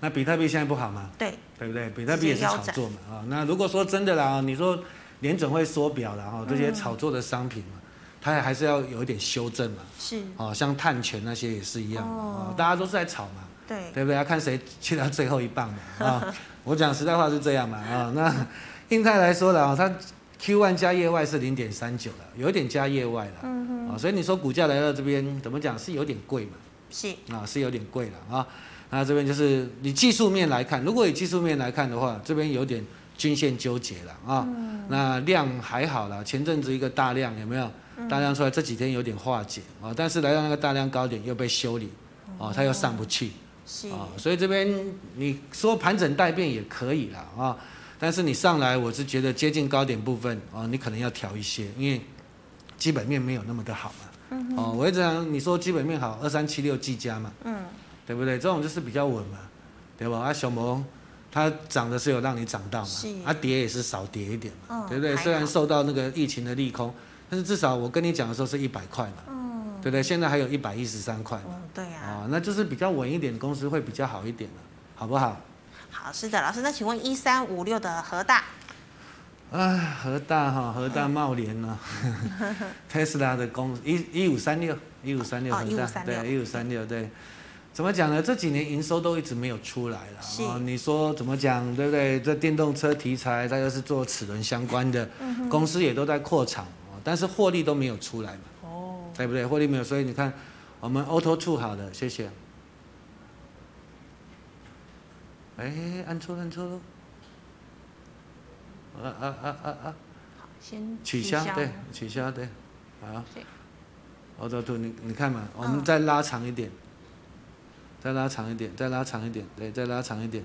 那比特币现在不好嘛，对，对不对？比特币也是炒作嘛，啊、那如果说真的啦，啊你说联准会缩表了哈、这些炒作的商品嘛，它还是要有一点修正嘛。是，哦，像碳权那些也是一样嘛，哦哦，大家都是在炒嘛，对，对不对？要看谁切到最后一棒 嘛，啊、我讲实在话是这样嘛，啊、那印泰来说了啊，它 Q one 加业外是零点三九了，有一点加业外了，啊、嗯哼，所以你说股价来到这边怎么讲是有点贵嘛，是，啊、是有点贵了啊、那这边就是你技术面来看，如果以技术面来看的话，这边有点均线纠结了啊、嗯那量还好啦，前阵子一个大量有没有？嗯大量出来这几天有点化解啊、但是来到那个大量高点又被修理，哦，它又上不去是，啊、所以这边你说盘整待变也可以啦啊、但是你上来我是觉得接近高点部分啊、你可能要调一些，因为基本面没有那么的好嘛。哦，我一直讲你说基本面好，二三七六技嘉嘛，嗯，对不对？这种就是比较稳嘛，对吧？啊，小萌它涨的是有让你涨到嘛是，啊跌也是少跌一点嘛，嗯对不对？还好虽然受到那个疫情的利空，但是至少我跟你讲的时候是一百块嘛，嗯，对不对？现在还有一百一十三块嘛，嗯，对啊，啊、那就是比较稳一点，公司会比较好一点了，啊好不好？好，是的，老师，那请问一三五六的和大，哎，和大哈，和大茂联 呢、啊特斯拉的公一一五三六一五三六哦和大， 1536对一五三六对，怎么讲呢？这几年营收都一直没有出来了是哦。你说怎么讲，对不对？这电动车题材，它又是做齿轮相关的，公司也都在扩厂哦，但是获利都没有出来嘛，哦，对不对？获利没有，所以你看我们 Auto Two 好了，谢谢。哎，按错按错喽。啊啊啊啊啊！好，先取消，对，取消，对，哦好对。欧洲兔，你你看嘛，我们嗯再拉长一点，再拉长一点，再拉长一点，对，再拉长一点。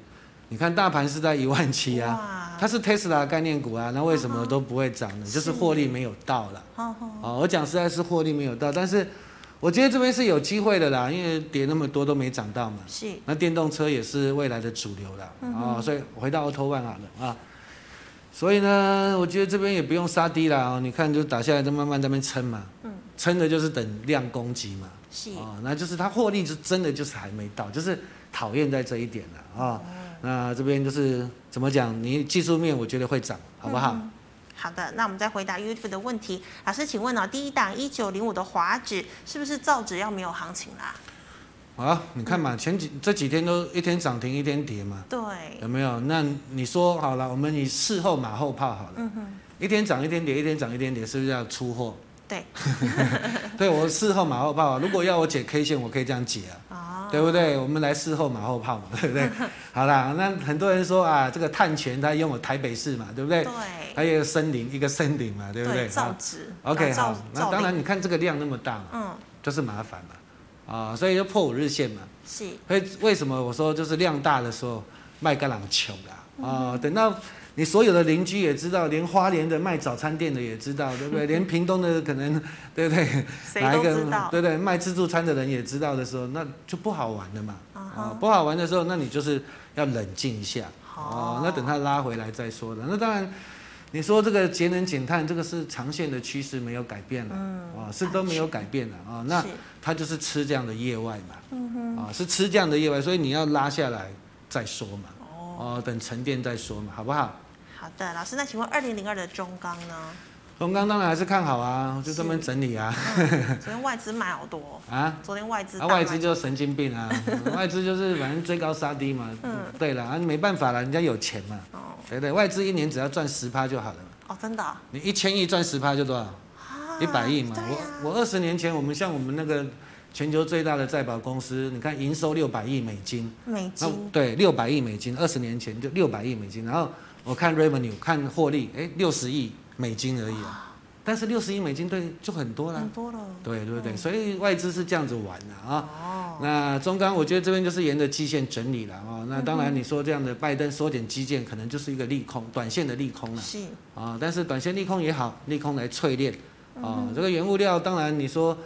你看大盘是在一万七啊，哇，它是 Tesla 概念股啊，那为什么都不会涨呢？就是是获利没有到了。好好，哦，我讲实在是获利没有到，但是我觉得这边是有机会的啦，因为跌那么多都没涨到嘛。是那电动车也是未来的主流啦，嗯啊、所以回到 Auto One 好了啊。所以呢，我觉得这边也不用杀低啦，啊，你看就打下来，就慢慢在那边撑嘛，嗯撑的就是等量供给嘛，是，哦，那就是它获利就真的就是还没到，就是讨厌在这一点了啊、那这边就是怎么讲，你技术面我觉得会涨，好不好？好的，那我们再回答 YouTube 的问题。老师，请问哦，第一档一九零五的华指是不是造纸要没有行情啦？好，你看嘛，前几这几天都一天涨停一天跌嘛，对，有没有？那你说好了，我们以事后马后炮好了，嗯哼，一天涨一天跌，一天涨一天跌，是不是要出货？对， 对我事后马后炮啊，如果要我解 K 线，我可以这样解哦，啊。对不对？我们来事后马后炮嘛，对不对？好啦，那很多人说啊，这个碳权它拥有台北市嘛，对不对？对，还有一个森林，一个森林嘛，对不对？造好纸啊 OK，造好，那造当林然你看这个量那么大嘛，嗯，就是麻烦嘛，啊、所以就破五日线嘛。是，所以为什么我说就是量大的时候卖干朗穷嗯啦啊、等到你所有的邻居也知道，连花莲的卖早餐店的也知道，对 不对？连屏东的可能，对不对？谁哪都一个知道，对对，卖自助餐的人也知道的时候，那就不好玩了嘛。啊啊、哈不好玩的时候，那你就是要冷静一下。哦那等它拉回来再说了。那当然，你说这个节能减碳，这个是长线的趋势没有改变了，嗯啊、是都没有改变了啊、那是它就是吃这样的业外嘛，嗯啊、是吃这样的业外，所以你要拉下来再说嘛，哦，哦、等沉淀再说嘛，好不好？好的，老师，那请问二零零二的中钢呢？龙刚当然还是看好啊，就专门整理啊昨天外资买好多，啊。昨天外资大啊，外资卖就神经 病啊，外资就是反正追高杀低嘛。嗯对了啊，没办法了，人家有钱嘛，哦对不对？外资一年只要赚十趴就好了嘛，哦，真的哦你一千亿赚十趴就多少？啊，一百亿嘛。对呀我我二十年前，我们像我们那个全球最大的再保公司，你看营收六百亿美金，美那金对六百亿美金，二十年前就六百亿美金，然后我看 revenue 看获利，哎，六十亿美金而已啊，但是六十亿美金对就很多啦很，多了，对对不对？所以外资是这样子玩的啊。哦，那中钢，我觉得这边就是沿着基线整理了啊、哦。那当嗯然，你说这样的拜登缩减基建，可能就是一个利空，短线的利空了是，啊、但是短线利空也好，利空来淬炼嗯啊、这个原物料，当然你说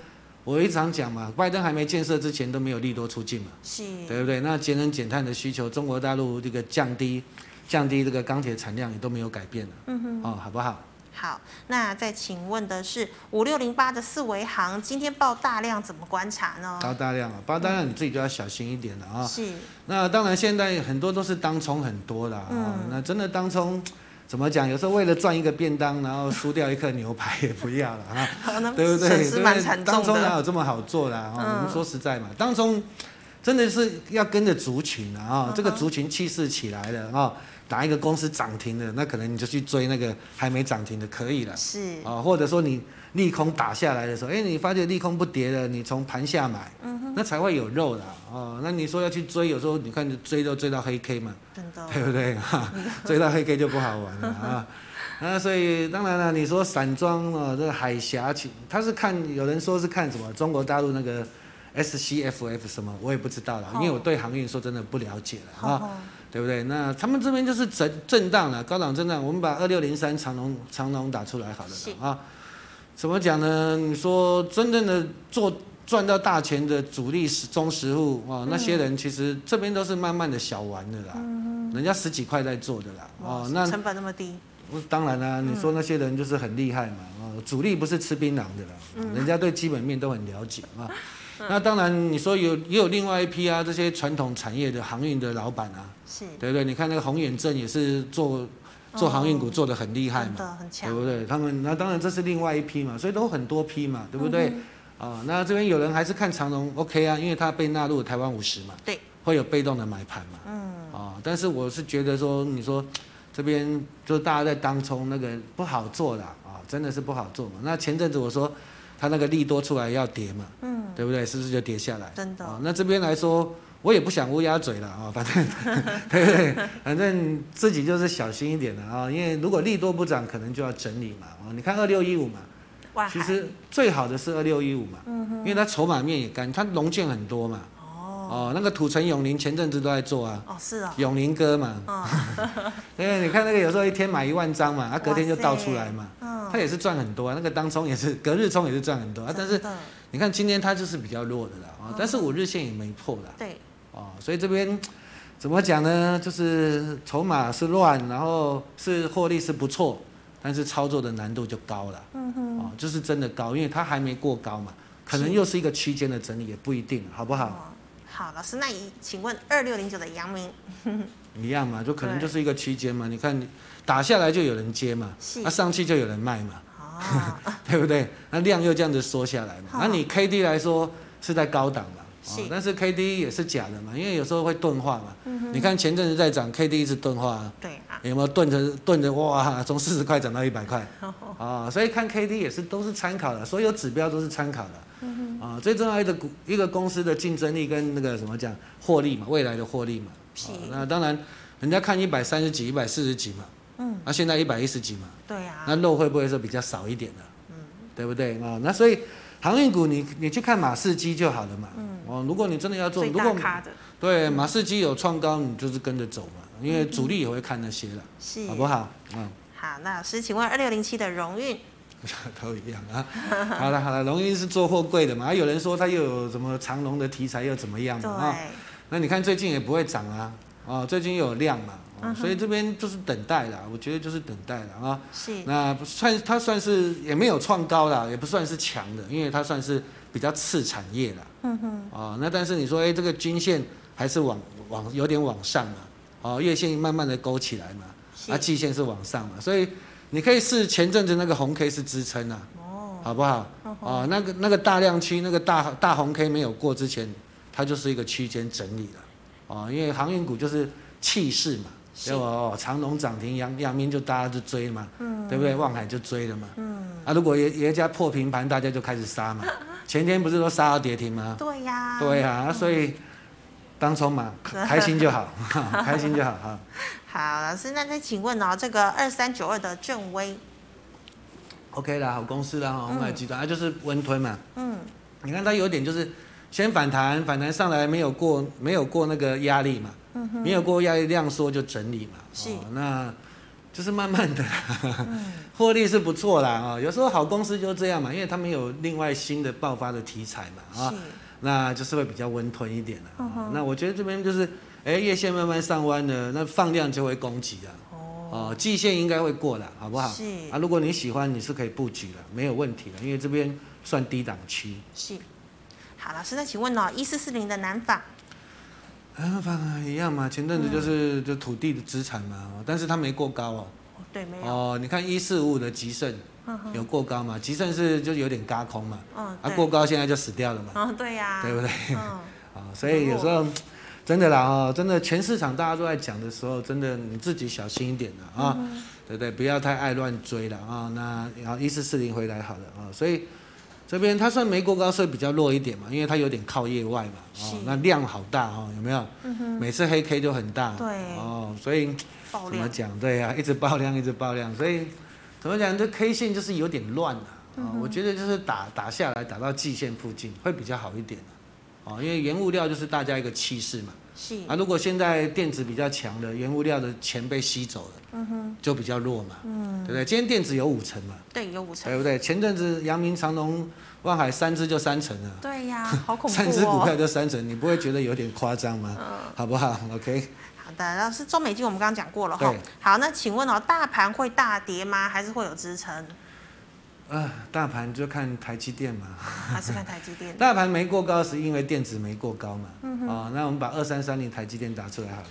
我一常讲嘛，拜登还没建设之前都没有利多出尽嘛，是，对不对？那节能减碳的需求，中国大陆这个降低降低这个钢铁产量也都没有改变了嗯哼。啊、哦，好不好？好，那再请问的是五六零八的四维行今天爆大量，怎么观察呢？高大量啊，高大量你自己就要小心一点了啊、是那当然，现在很多都是当冲很多啦。嗯哦那真的当冲怎么讲？有时候为了赚一个便当，然后输掉一颗牛排也不要了啊，好，那对不对？损对失不蛮对？惨当重冲哪的，有这么好做啦？哦嗯我们说实在嘛，当冲真的是要跟着族群啊，哦嗯哼这个族群气势起来了啊，哪一个公司涨停了，那可能你就去追那个还没涨停的，可以了。是啊，或者说你利空打下来的时候，哎，你发觉利空不跌了，你从盘下买，嗯那才会有肉啦。哦，那你说要去追，有时候你看就追都追到黑 K 嘛，真的对不对？哈，追到黑 K 就不好玩了啊。 那所以当然了，你说散装哦，这个海峡其，他是看有人说是看什么中国大陆那个 SCFF 什么，我也不知道啦，因为我对航运说真的不了解了啊。哦，对不对？那他们这边就是震震荡了，高档震荡。我们把二六零三长龙长龙打出来好了是啦啊。怎么讲呢？你说真正的做赚到大钱的主力是中实户嗯啊，那些人其实这边都是慢慢的小玩的啦，人家十几块在做的啦。嗯哇哦，那成本那么低，当然啦、你说那些人就是很厉害嘛，啊，主力不是吃槟榔的啦，哦嗯人家对基本面都很了解啊。那当然，你说有也有另外一批啊，这些传统产业的航运的老板啊，是对不对？你看那个宏远证也是做做航运股做的很厉害真嘛，的嗯很对强，不对？他们那当然这是另外一批嘛，所以都很多批嘛，对不嗯对？啊、那这边有人还是看长荣 OK 啊，因为它被纳入台湾五十嘛，对，会有被动的买盘嘛，嗯，啊、但是我是觉得说，你说这边就大家在当冲那个不好做啦，啊、真的是不好做嘛。那前阵子我说它那个利多出来要跌嘛，嗯，对不对？是不是就跌下来？真的啊、那这边来说，我也不想乌鸦嘴了啊、反正 对不对？反正自己就是小心一点了啊、因为如果利多不涨，可能就要整理嘛。啊、你看二六一五嘛，哇，嗯其实最好的是二六一五嘛，因为它筹码面也干，它龙券很多嘛。哦，啊、哦，那个土城永林前阵子都在做啊，哦，是哦，永林哥嘛，嗯 因为你看那个有时候一天买一万张嘛，啊，隔天就哇塞倒出来嘛，他嗯，也是赚很多啊，那个当冲也是隔日冲也是赚很多啊，但真是的你看今天它就是比较弱的啦，啊、嗯但是五日线也没破啦，对，哦，所以这边怎么讲呢？就是筹码是乱，然后是获利是不错，但是操作的难度就高了，嗯哼，哦，就是真的高，因为它还没过高嘛，可能是又是一个区间的整理，也不一定，好不好？哦。好，老师，那你请问二六零九的阳明一样嘛，就可能对就是一个区间嘛，你看你打下来就有人接嘛，是那、上去就有人卖嘛，啊， 对不对？那量又这样子缩下来嘛，好那你 K D 来说是在高档嘛，哦是但是 K D 也是假的嘛，因为有时候会钝化嘛。嗯哼你看前阵子在涨，K D 一直钝化、啊，对啊，有没有钝着钝着哇，从四十块涨到一百块哦啊、所以看 K D 也是都是参考的，所有指标都是参考的嗯啊、最重要的股一个公司的竞争力跟那个什么讲获利嘛，未来的获利嘛。是啊那当然，人家看一百三十几、一百四十几嘛，嗯，那、现在一百一十几嘛，对啊，那肉会不会是比较少一点呢、嗯对不对啊、那所以航运股你你去看马士基就好了嘛。嗯哦，如果你真的要做，最如大果咖的对马士基有创高，你就是跟着走嘛，因为主力也会看那些了，是好不好？嗯， 好，那老师，请问二六零七的荣运都一样啊。好了好了，龙运是做货柜的嘛，啊有人说它又有什么长龙的题材又怎么样嘛啊、对，那你看最近也不会涨啊，哦，最近又有量嘛，哦嗯哼所以这边就是等待啦，我觉得就是等待了啊、是那不算它算是也没有创高啦，也不算是强的，因为它算是比较次产业啦。嗯哼，哦，那但是你说，哎、这个均线还是往往有点往上嘛，哦，月线慢慢的勾起来嘛，啊，是季线是往上嘛，所以你可以试前阵子那个红 K 是支撑啊，哦，好不好？哦，那个那个大量区那个大大红 K 没有过之前，它就是一个区间整理了，哦，因为航运股就是气势嘛，是对吧？哦，长龙涨停，阳阳明就大家就追嘛，嗯对不对？望海就追了嘛，嗯，啊，如果爷爷家破平盘，大家就开始 杀嘛，前天不是都杀到跌停吗？对呀，对啊，所以当冲嘛，开开心就好，开心就好哈。好，老师，那再请问哦，这个二三九二的正威， OK 啦，好公司啦，哈，嗯红海集团，啊，就是温吞嘛。嗯，你看它有点就是先反弹，反弹上来没有过，没有过那个压力嘛，没有过压力量缩就整理嘛。嗯是嗯哦那就是慢慢的， 获利是不错啦啊、哦有时候好公司就这样嘛，因为他们有另外新的爆发的题材嘛啊、是，那就是会比较温吞一点了、嗯哼那我觉得这边就是，哎，月线慢慢上弯了，那放量就会攻击了。哦，哦，季线应该会过了，好不好？是啊，如果你喜欢，你是可以布局的，没有问题的，因为这边算低档区。是。好，老师，那请问哦，一四四零的南纺，啊，反而一样嘛，前阵子就是、就土地的资产嘛，哦但是它没过高哦。哦对，没有，哦，你看一四五的吉盛嗯哼，有过高嘛？吉盛是就有点嘎空嘛，嗯，啊对，过高现在就死掉了嘛，哦，对呀，对不对？嗯，啊，所以有时候真的啦哦，真的全市场大家都在讲的时候，真的你自己小心一点啦啊，嗯对不对？不要太爱乱追了啊。那然后一四四零回来好了啊，所以这边它算没过高，所以比较弱一点嘛，因为它有点靠业外嘛，是嗯哦，那量好大哦，有没有？每次黑 K 就很大，对哦，所以爆怎么料，讲？对啊，一直爆量，一直爆量，所以怎么讲？这 K 线就是有点乱了、啊。嗯我觉得就是打打下来，打到季线附近会比较好一点、啊、哦，因为原物料就是大家一个气势嘛。是，啊，如果现在电子比较强的，原物料的钱被吸走了，嗯哼，就比较弱嘛，嗯，对不对？今天电子有五成嘛，对，有五成，对不对？前阵子阳明、长隆、万海三只就三成了，对 呀，好恐怖三只股哦。嗯票就三成，你不会觉得有点夸张吗？好不好？OK，好的，老师，中美金我们刚刚讲过了哈对。好，那请问哦，大盘会大跌吗？还是会有支撑？呃，大盘就看台积电嘛。还是看台积 电？大盘没过高是因为电子没过高嘛？嗯哦，那我们把二三三零台积电打出来好了。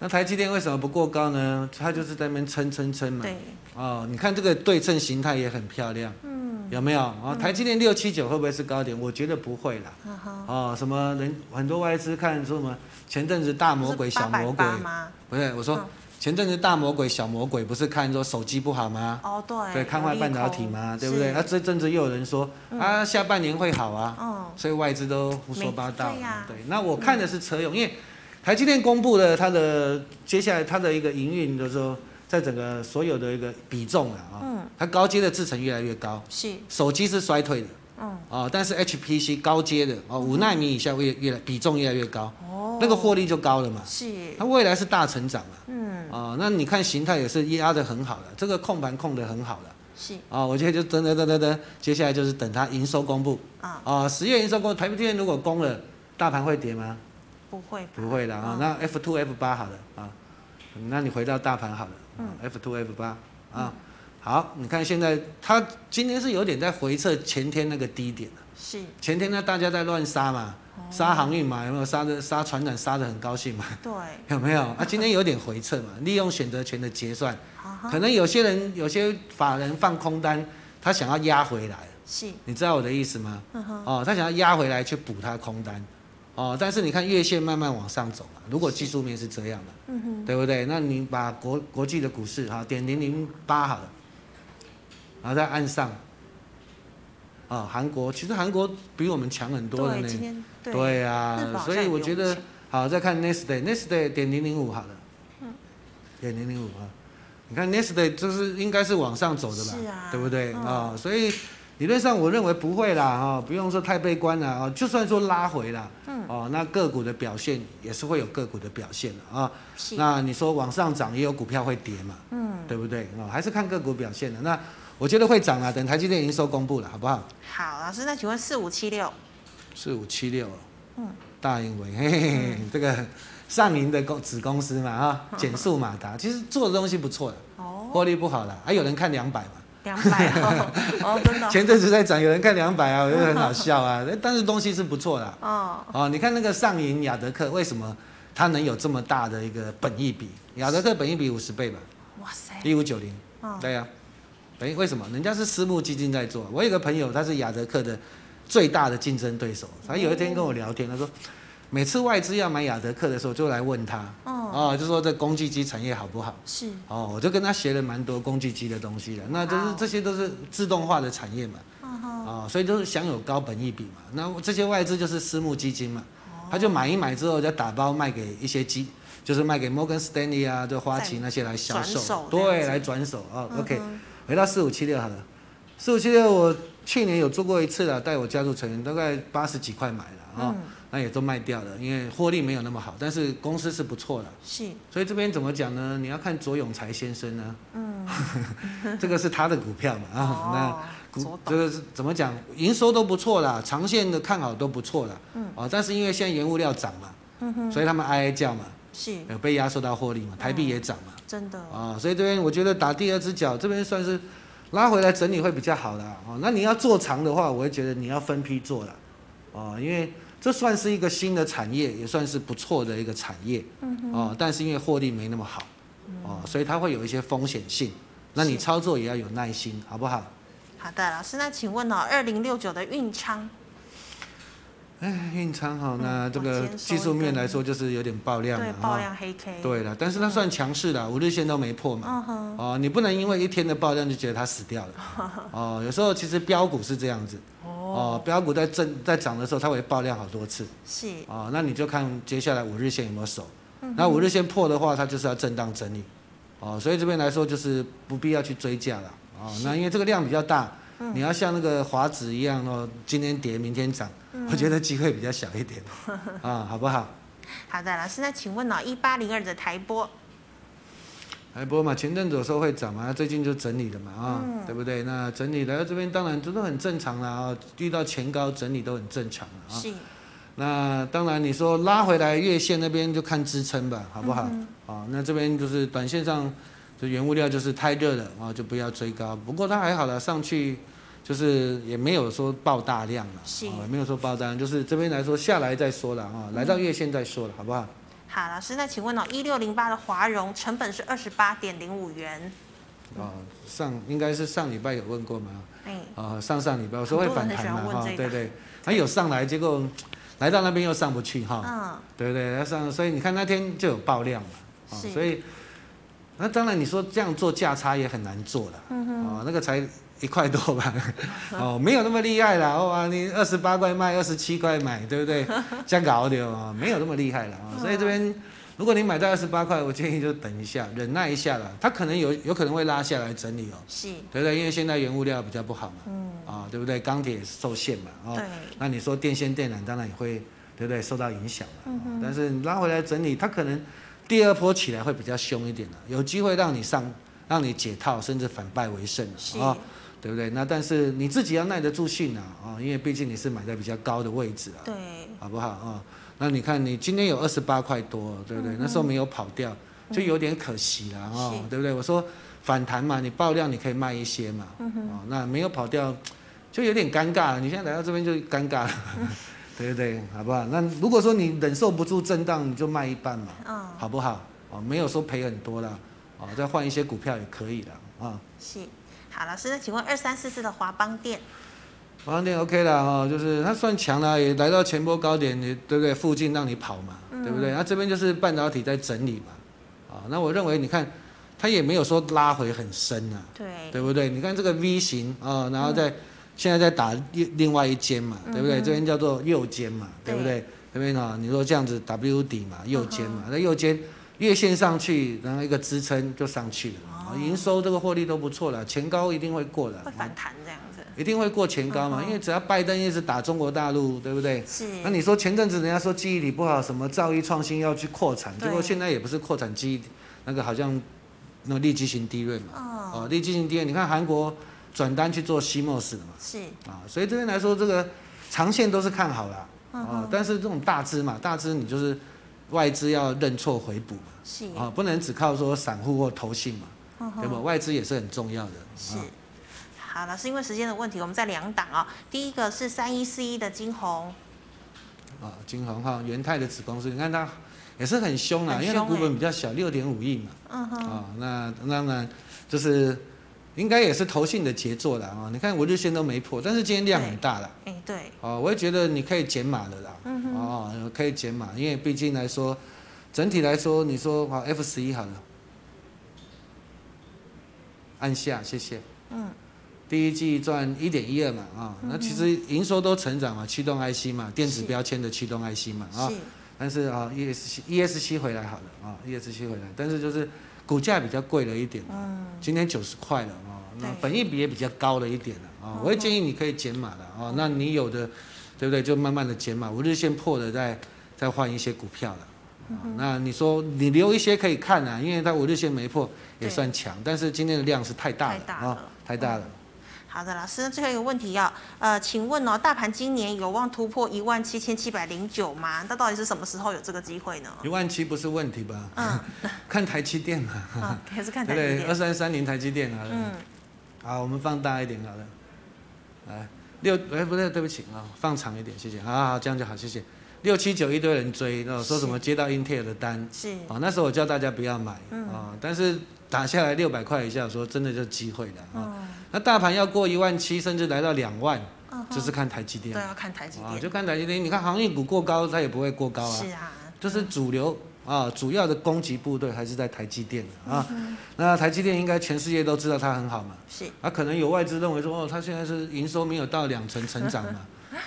那台积电为什么不过高呢？它就是在那边撑撑撑嘛。对，哦，你看这个对称形态也很漂亮，嗯，有没有？哦，台积电六七九会不会是高点？我觉得不会啦。嗯哼，哦，什么人很多外资看说什么前阵子大魔鬼小魔鬼， 880吗？不是我说嗯前阵子大魔鬼小魔鬼不是看说手机不好吗？哦，对，对，看坏半导体嘛，对不对？啊，啊，这阵子又有人说啊，下半年会好啊。嗯，所以外资都胡说八道。没对呀嗯那我看的是车用，因为台积电公布了它的接下来它的一个营运的时候，在整个所有的一个比重啊，啊嗯它高阶的制程越来越高，是手机是衰退的，嗯，哦，但是 HPC 高阶的哦，五纳米以下越越来比重越来越高，哦，那个获利就高了嘛。是，它未来是大成长啊，嗯，哦，那你看形态也是压得很好的，这个控盘控得很好的，是哦，我觉得就等等等等等，接下来就是等它营收公布，啊，哦，十月营收公布，台积电如果公了，大盘会跌吗？不会吧？不会的啊、嗯那 F two F 八好了啊，那你回到大盘好了，嗯，F two F 八啊，好，你看现在它今天是有点在回撤前天那个低点了是，前天呢大家在乱杀嘛，杀航运嘛，有没有杀的杀船长杀的很高兴嘛，对，有没有？啊，今天有点回撤嘛，利用选择权的结算，啊哈，可能有些人有些法人放空单，他想要压回来，是，你知道我的意思吗？嗯哼，哦，他想要压回来去补他空单，哦，但是你看月线慢慢往上走嘛，如果技术面是这样的，嗯哼，对不对？那你把国国际的股市哈点零零八好了，然后再按上，哦，韩国其实韩国比我们强很多的对，今呢，天对，对日本啊，好所像以我有觉得抢好再看 next day，next day 点零零五好了，嗯点零零五啊，你看 next day 就是应该是往上走的吧，是啊对不对嗯啊、所以理论上我认为不会啦哈、不用说太悲观了啊、就算说拉回啦，嗯哦，那个股的表现也是会有个股的表现的啊、是，那你说往上涨也有股票会跌嘛，嗯，对不对啊、还是看个股表现的。那我觉得会涨啊啦，等台积电营收公布了，好不好？好，老师，那请问四五七六，四五七六，嗯，大英文，嘿嘿嘿，嗯这个上银的公子公司嘛啊，减速马达，其实做的东西不错的，哦，获利不好啦，还、有人看两百嘛，两百 哦，哦，真的，前阵子在涨，有人看两百啊，我觉得很好笑啊，但是东西是不错啦。嗯哦，哦，你看那个上银雅德克为什么它能有这么大的一个本益比？雅德克本益比五十倍吧，哇塞，一五九零，哦，对呀、本益为什么？人家是私募基金在做。我有个朋友，他是雅德克的最大的竞争对手。他有一天跟我聊天，他说，每次外资要买雅德克的时候，就来问他，哦，哦，就说这工具机产业好不好？是，哦，我就跟他学了蛮多工具机的东西的。那就是哇哦这些都是自动化的产业嘛，嗯哼，啊、所以就是享有高本益比嘛。那这些外资就是私募基金嘛，哦他就买一买之后再打包卖给一些基，就是卖给摩根斯丹利啊，就花旗那些来销售，转手这样对，子来转手啊、嗯 OK，哼回到四五七六好了，四五七六我去年有做过一次了，带我家族成员大概八十几块买了啊、嗯那也都卖掉了，因为获利没有那么好，但是公司是不错的。是，所以这边怎么讲呢？你要看左永才先生呢、嗯， 这个是他的股票嘛啊、那。那股哦左这董，个是怎么讲？营收都不错啦，长线的看好都不错啦。嗯。哦，但是因为现在原物料涨嘛，嗯哼，所以他们哀哀叫嘛，是，有被压缩到获利嘛，台币也涨嘛。真的，啊、所以这边我觉得打第二只脚，这边算是拉回来整理会比较好啦。哦，那你要做长的话，我会觉得你要分批做啦。哦，因为这算是一个新的产业，也算是不错的一个产业。嗯哦，但是因为获利没那么好，哦，所以它会有一些风险性。那嗯你是操作也要有耐心，好不好？好的，老师，那请问哦，二零六九的运昌，哎，运仓哈，那嗯这往个前收技术一面根来说就是有点爆量对了，爆啊哈。量嗯黑 K，，对了，但是它算强势的，五日线都没破嘛。嗯哼，哦，你不能因为一天的爆量就觉得它死掉了。哦，有时候其实标股是这样子。哦，标股在震在涨的时候，它会爆量好多次。是，哦，那你就看接下来五日线有没有守。那五日线破的话，它就是要震荡整理。哦，所以这边来说就是不必要去追价了。哦，那因为这个量比较大，你要像那个华指一样哦，今天跌明天涨，我觉得机会比较小一点。啊，好不好？好的，老师，那请问哦，一八零二的台波，啊台波哎嘛，前阵子有时候会涨嘛，那最近就整理了嘛，啊、对不对？那整理来到这边，当然这都很正常啦，啊，遇到前高整理都很正常了啊。是，那当然你说拉回来月线那边就看支撑吧，好不好？啊、那这边就是短线上，就原物料就是太热了啊，就不要追高。不过它还好了，上去就是也没有说爆大量了，是啊也没有说爆大量，就是这边来说下来再说了啊，来到月线再说了，好不好？好，老师，那请问哦，一六零八的华融成本是二十八点零五元，啊、上应该是上礼拜有问过吗？哎，啊，上上礼拜我说会反弹很嘛，多人很喜欢问哈、这个对对，它有上来，结果来到那边又上不去哈，嗯，对不对？它上，所以你看那天就有爆量嘛，啊、是所以那当然你说这样做价差也很难做了，嗯哦，那个才一块多吧， 哦，没有那么厉害啦，哦啊，你二 十啊嗯八块卖，二十七块买，对不对？这样搞的哦，没有那么厉害了啊、哦所以这边如果你买到二十八块，我建议就等一下，忍耐一下啦。它可能有有可能会拉下来整理哦，是，对不对？因为现在原物料比较不好嘛，嗯，啊、对不对？钢铁也是受限嘛，哦，对，那你说电线电缆当然也会，对不对？受到影响嘛。嗯哼哦但是你拉回来整理，它可能第二波起来会比较凶一点的、啊有机会让你上，让你解套，甚至反败为胜是啊、哦，对不对？那但是你自己要耐得住性啊，啊、因为毕竟你是买在比较高的位置啊，对，好不好啊、那你看，你今天有二十八块多，对不对？那时候没有跑掉，就有点可惜了哦嗯是，对不对？我说反弹嘛，你爆量你可以卖一些嘛，嗯哦，那没有跑掉，就有点尴尬了。你现在来到这边就 尴尬了，对不对？好不好？那如果说你忍受不住震荡，你就卖一半嘛，嗯，好不好？哦，没有说赔很多啦，哦，再换一些股票也可以的啊。是。好，老师，那请问二三四四的华邦店，华航店 OK 啦，哦，就是它算强啦，也来到前波高点，你对不对？附近让你跑嘛，对嗯不对？啊那、这边就是半导体在整理嘛，啊、那我认为你看，它也没有说拉回很深啊，对，嗯对不对？你看这个 V 型啊、然后再、现在在打另另外一间嘛，对不对？这边叫做右肩嘛，对不对？这边啊、你说这样子 W 底嘛，嗯右肩嘛，那右肩月线上去，然后一个支撑就上去了嘛，哦营收这个获利都不错了，前高一定会过的，会反弹这样子，一定会过前高嗯嘛，因为只要拜登一直打中国大陆，对不对？是，那你说前阵子人家说记忆体不好，什么兆易创新要去扩产，结果对现在也不是扩产记忆体，那个好像那利基型低润嘛，哦，哦，利基型低润，你看韩国转单去做 CMOS 了嘛，是，啊，所以这边来说，这个长线都是看好啦，嗯哦，但是这种大资嘛，大资你就是外资要认错回补嘛，是，啊，不能只靠说散户或投信嘛，嗯对吧？外资也是很重要的，是啊。好，老师，因为时间的问题，我们在两档哦。第一个是三一四一的金红，啊，金鸿哈，元泰的子公司，你看它也是很凶啦，很因为它凶股欸本比较小，六点五亿嘛。嗯哼，啊、那当然就是应该也是投信的杰作啦啊、你看我日线都没破，但是今天量很大啦。哎，对，哦，我也觉得你可以减码的啦。嗯哦，可以减码，因为毕竟来说，整体来说，你说好 F 十一好了，按下，谢谢。嗯。第一季赚一点一二嘛，啊、那其实营收都成长嘛，驱动 IC 嘛，电嗯子是标签的驱动 IC 嘛，啊、是，但是啊，ESC ESC 回来好了啊，ESC 回来，但是就是股价比较贵了一点啊，嗯，今天九十块了啊，那对本益比也比较高了一点了啊嗯，我会建议你可以减码了啊，那你有的，对不对？就慢慢的减码，五日线破了再再换一些股票了。嗯啊，那你说你留一些可以看啊，因为它五日线没破也对算强，但是今天的量是太大太了大啊了，，嗯太大了。好的，老师，最后一个问题要，呃，请问哦，大盘今年有望突破一万七千七百零九吗？那到底是什么时候有这个机会呢？一万七不是问题吧？嗯， 看台积电嘛， 啊，还是看对台不积对？二电，三三零台积电啊。嗯，好，我们放大一点好了。来，六哎不对，对不起啊、放长一点，谢谢。好好好，这样就好，谢谢。六七九一堆人追，那说什么接到 Intel 的单，是，哦，那时候我叫大家不要买啊、嗯但是打下来六百块以下，我说真的就机会了啊、嗯，那大盘要过一万七，甚至来到两万，嗯哼就是看台积对，电要看台积啊、电，就看台积电。你看航运股过高，它也不会过高啊。是啊，就是主流啊，主要的攻击部队还是在台积电的啊。嗯那台积电应该全世界都知道它很好嘛。是，啊，可能有外资认为说，哦，它现在是营收没有到两成成长 嘛，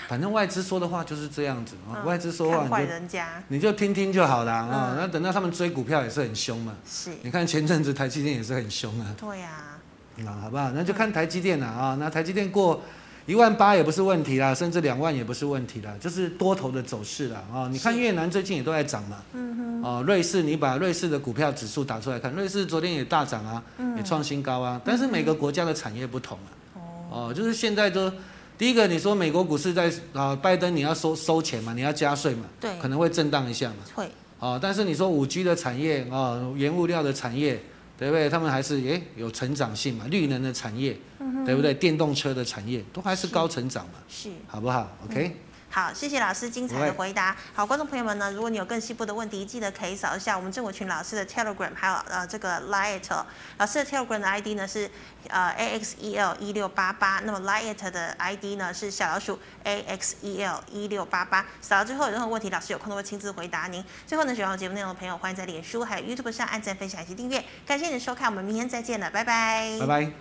反正外资说的话就是这样子啊，嗯外资说看话坏你就人家，你就听听就好啦啊嗯。那等到他们追股票也是很凶嘛，是，你看前阵子台积电也是很凶啊，对呀，啊，好不好？那就看台积电了啊，那台积电过。一万八也不是问题啦，甚至两万也不是问题啦，就是多头的走势啦啊！你看是越南最近也都在涨嘛，嗯哼，哦，瑞士，你把瑞士的股票指数打出来看，瑞士昨天也大涨啊，也创新高啊。但是每个国家的产业不同啊，嗯哦，哦，就是现在都，第一个你说美国股市在啊、拜登你要收收钱嘛，你要加税嘛，对可能会震荡一下嘛，会，哦，但是你说五 G 的产业啊、哦，原物料的产业，对不对？他们还是诶有成长性嘛，绿能的产业，对不对？电动车的产业都还是是高成长嘛，是。好不好？OK。好，谢谢老师精彩的不回答。好，观众朋友们呢，如果你有更细部的问题，记得可以扫一下我们郑国群老师的 Telegram，还有呃这个 Lite 哦。老师的 Telegram 的 ID 呢是呃 AXEL 一六八八，那么 Lite 的 ID 呢是小老鼠 AXEL 一六八八。扫到之后有任何问题，老师有空都会亲自回答您。最后呢，喜欢我节目内容的朋友，欢迎在脸书还有 YouTube 上按赞、分享以及订阅。感谢你的收看，我们明天再见了，拜拜。拜拜。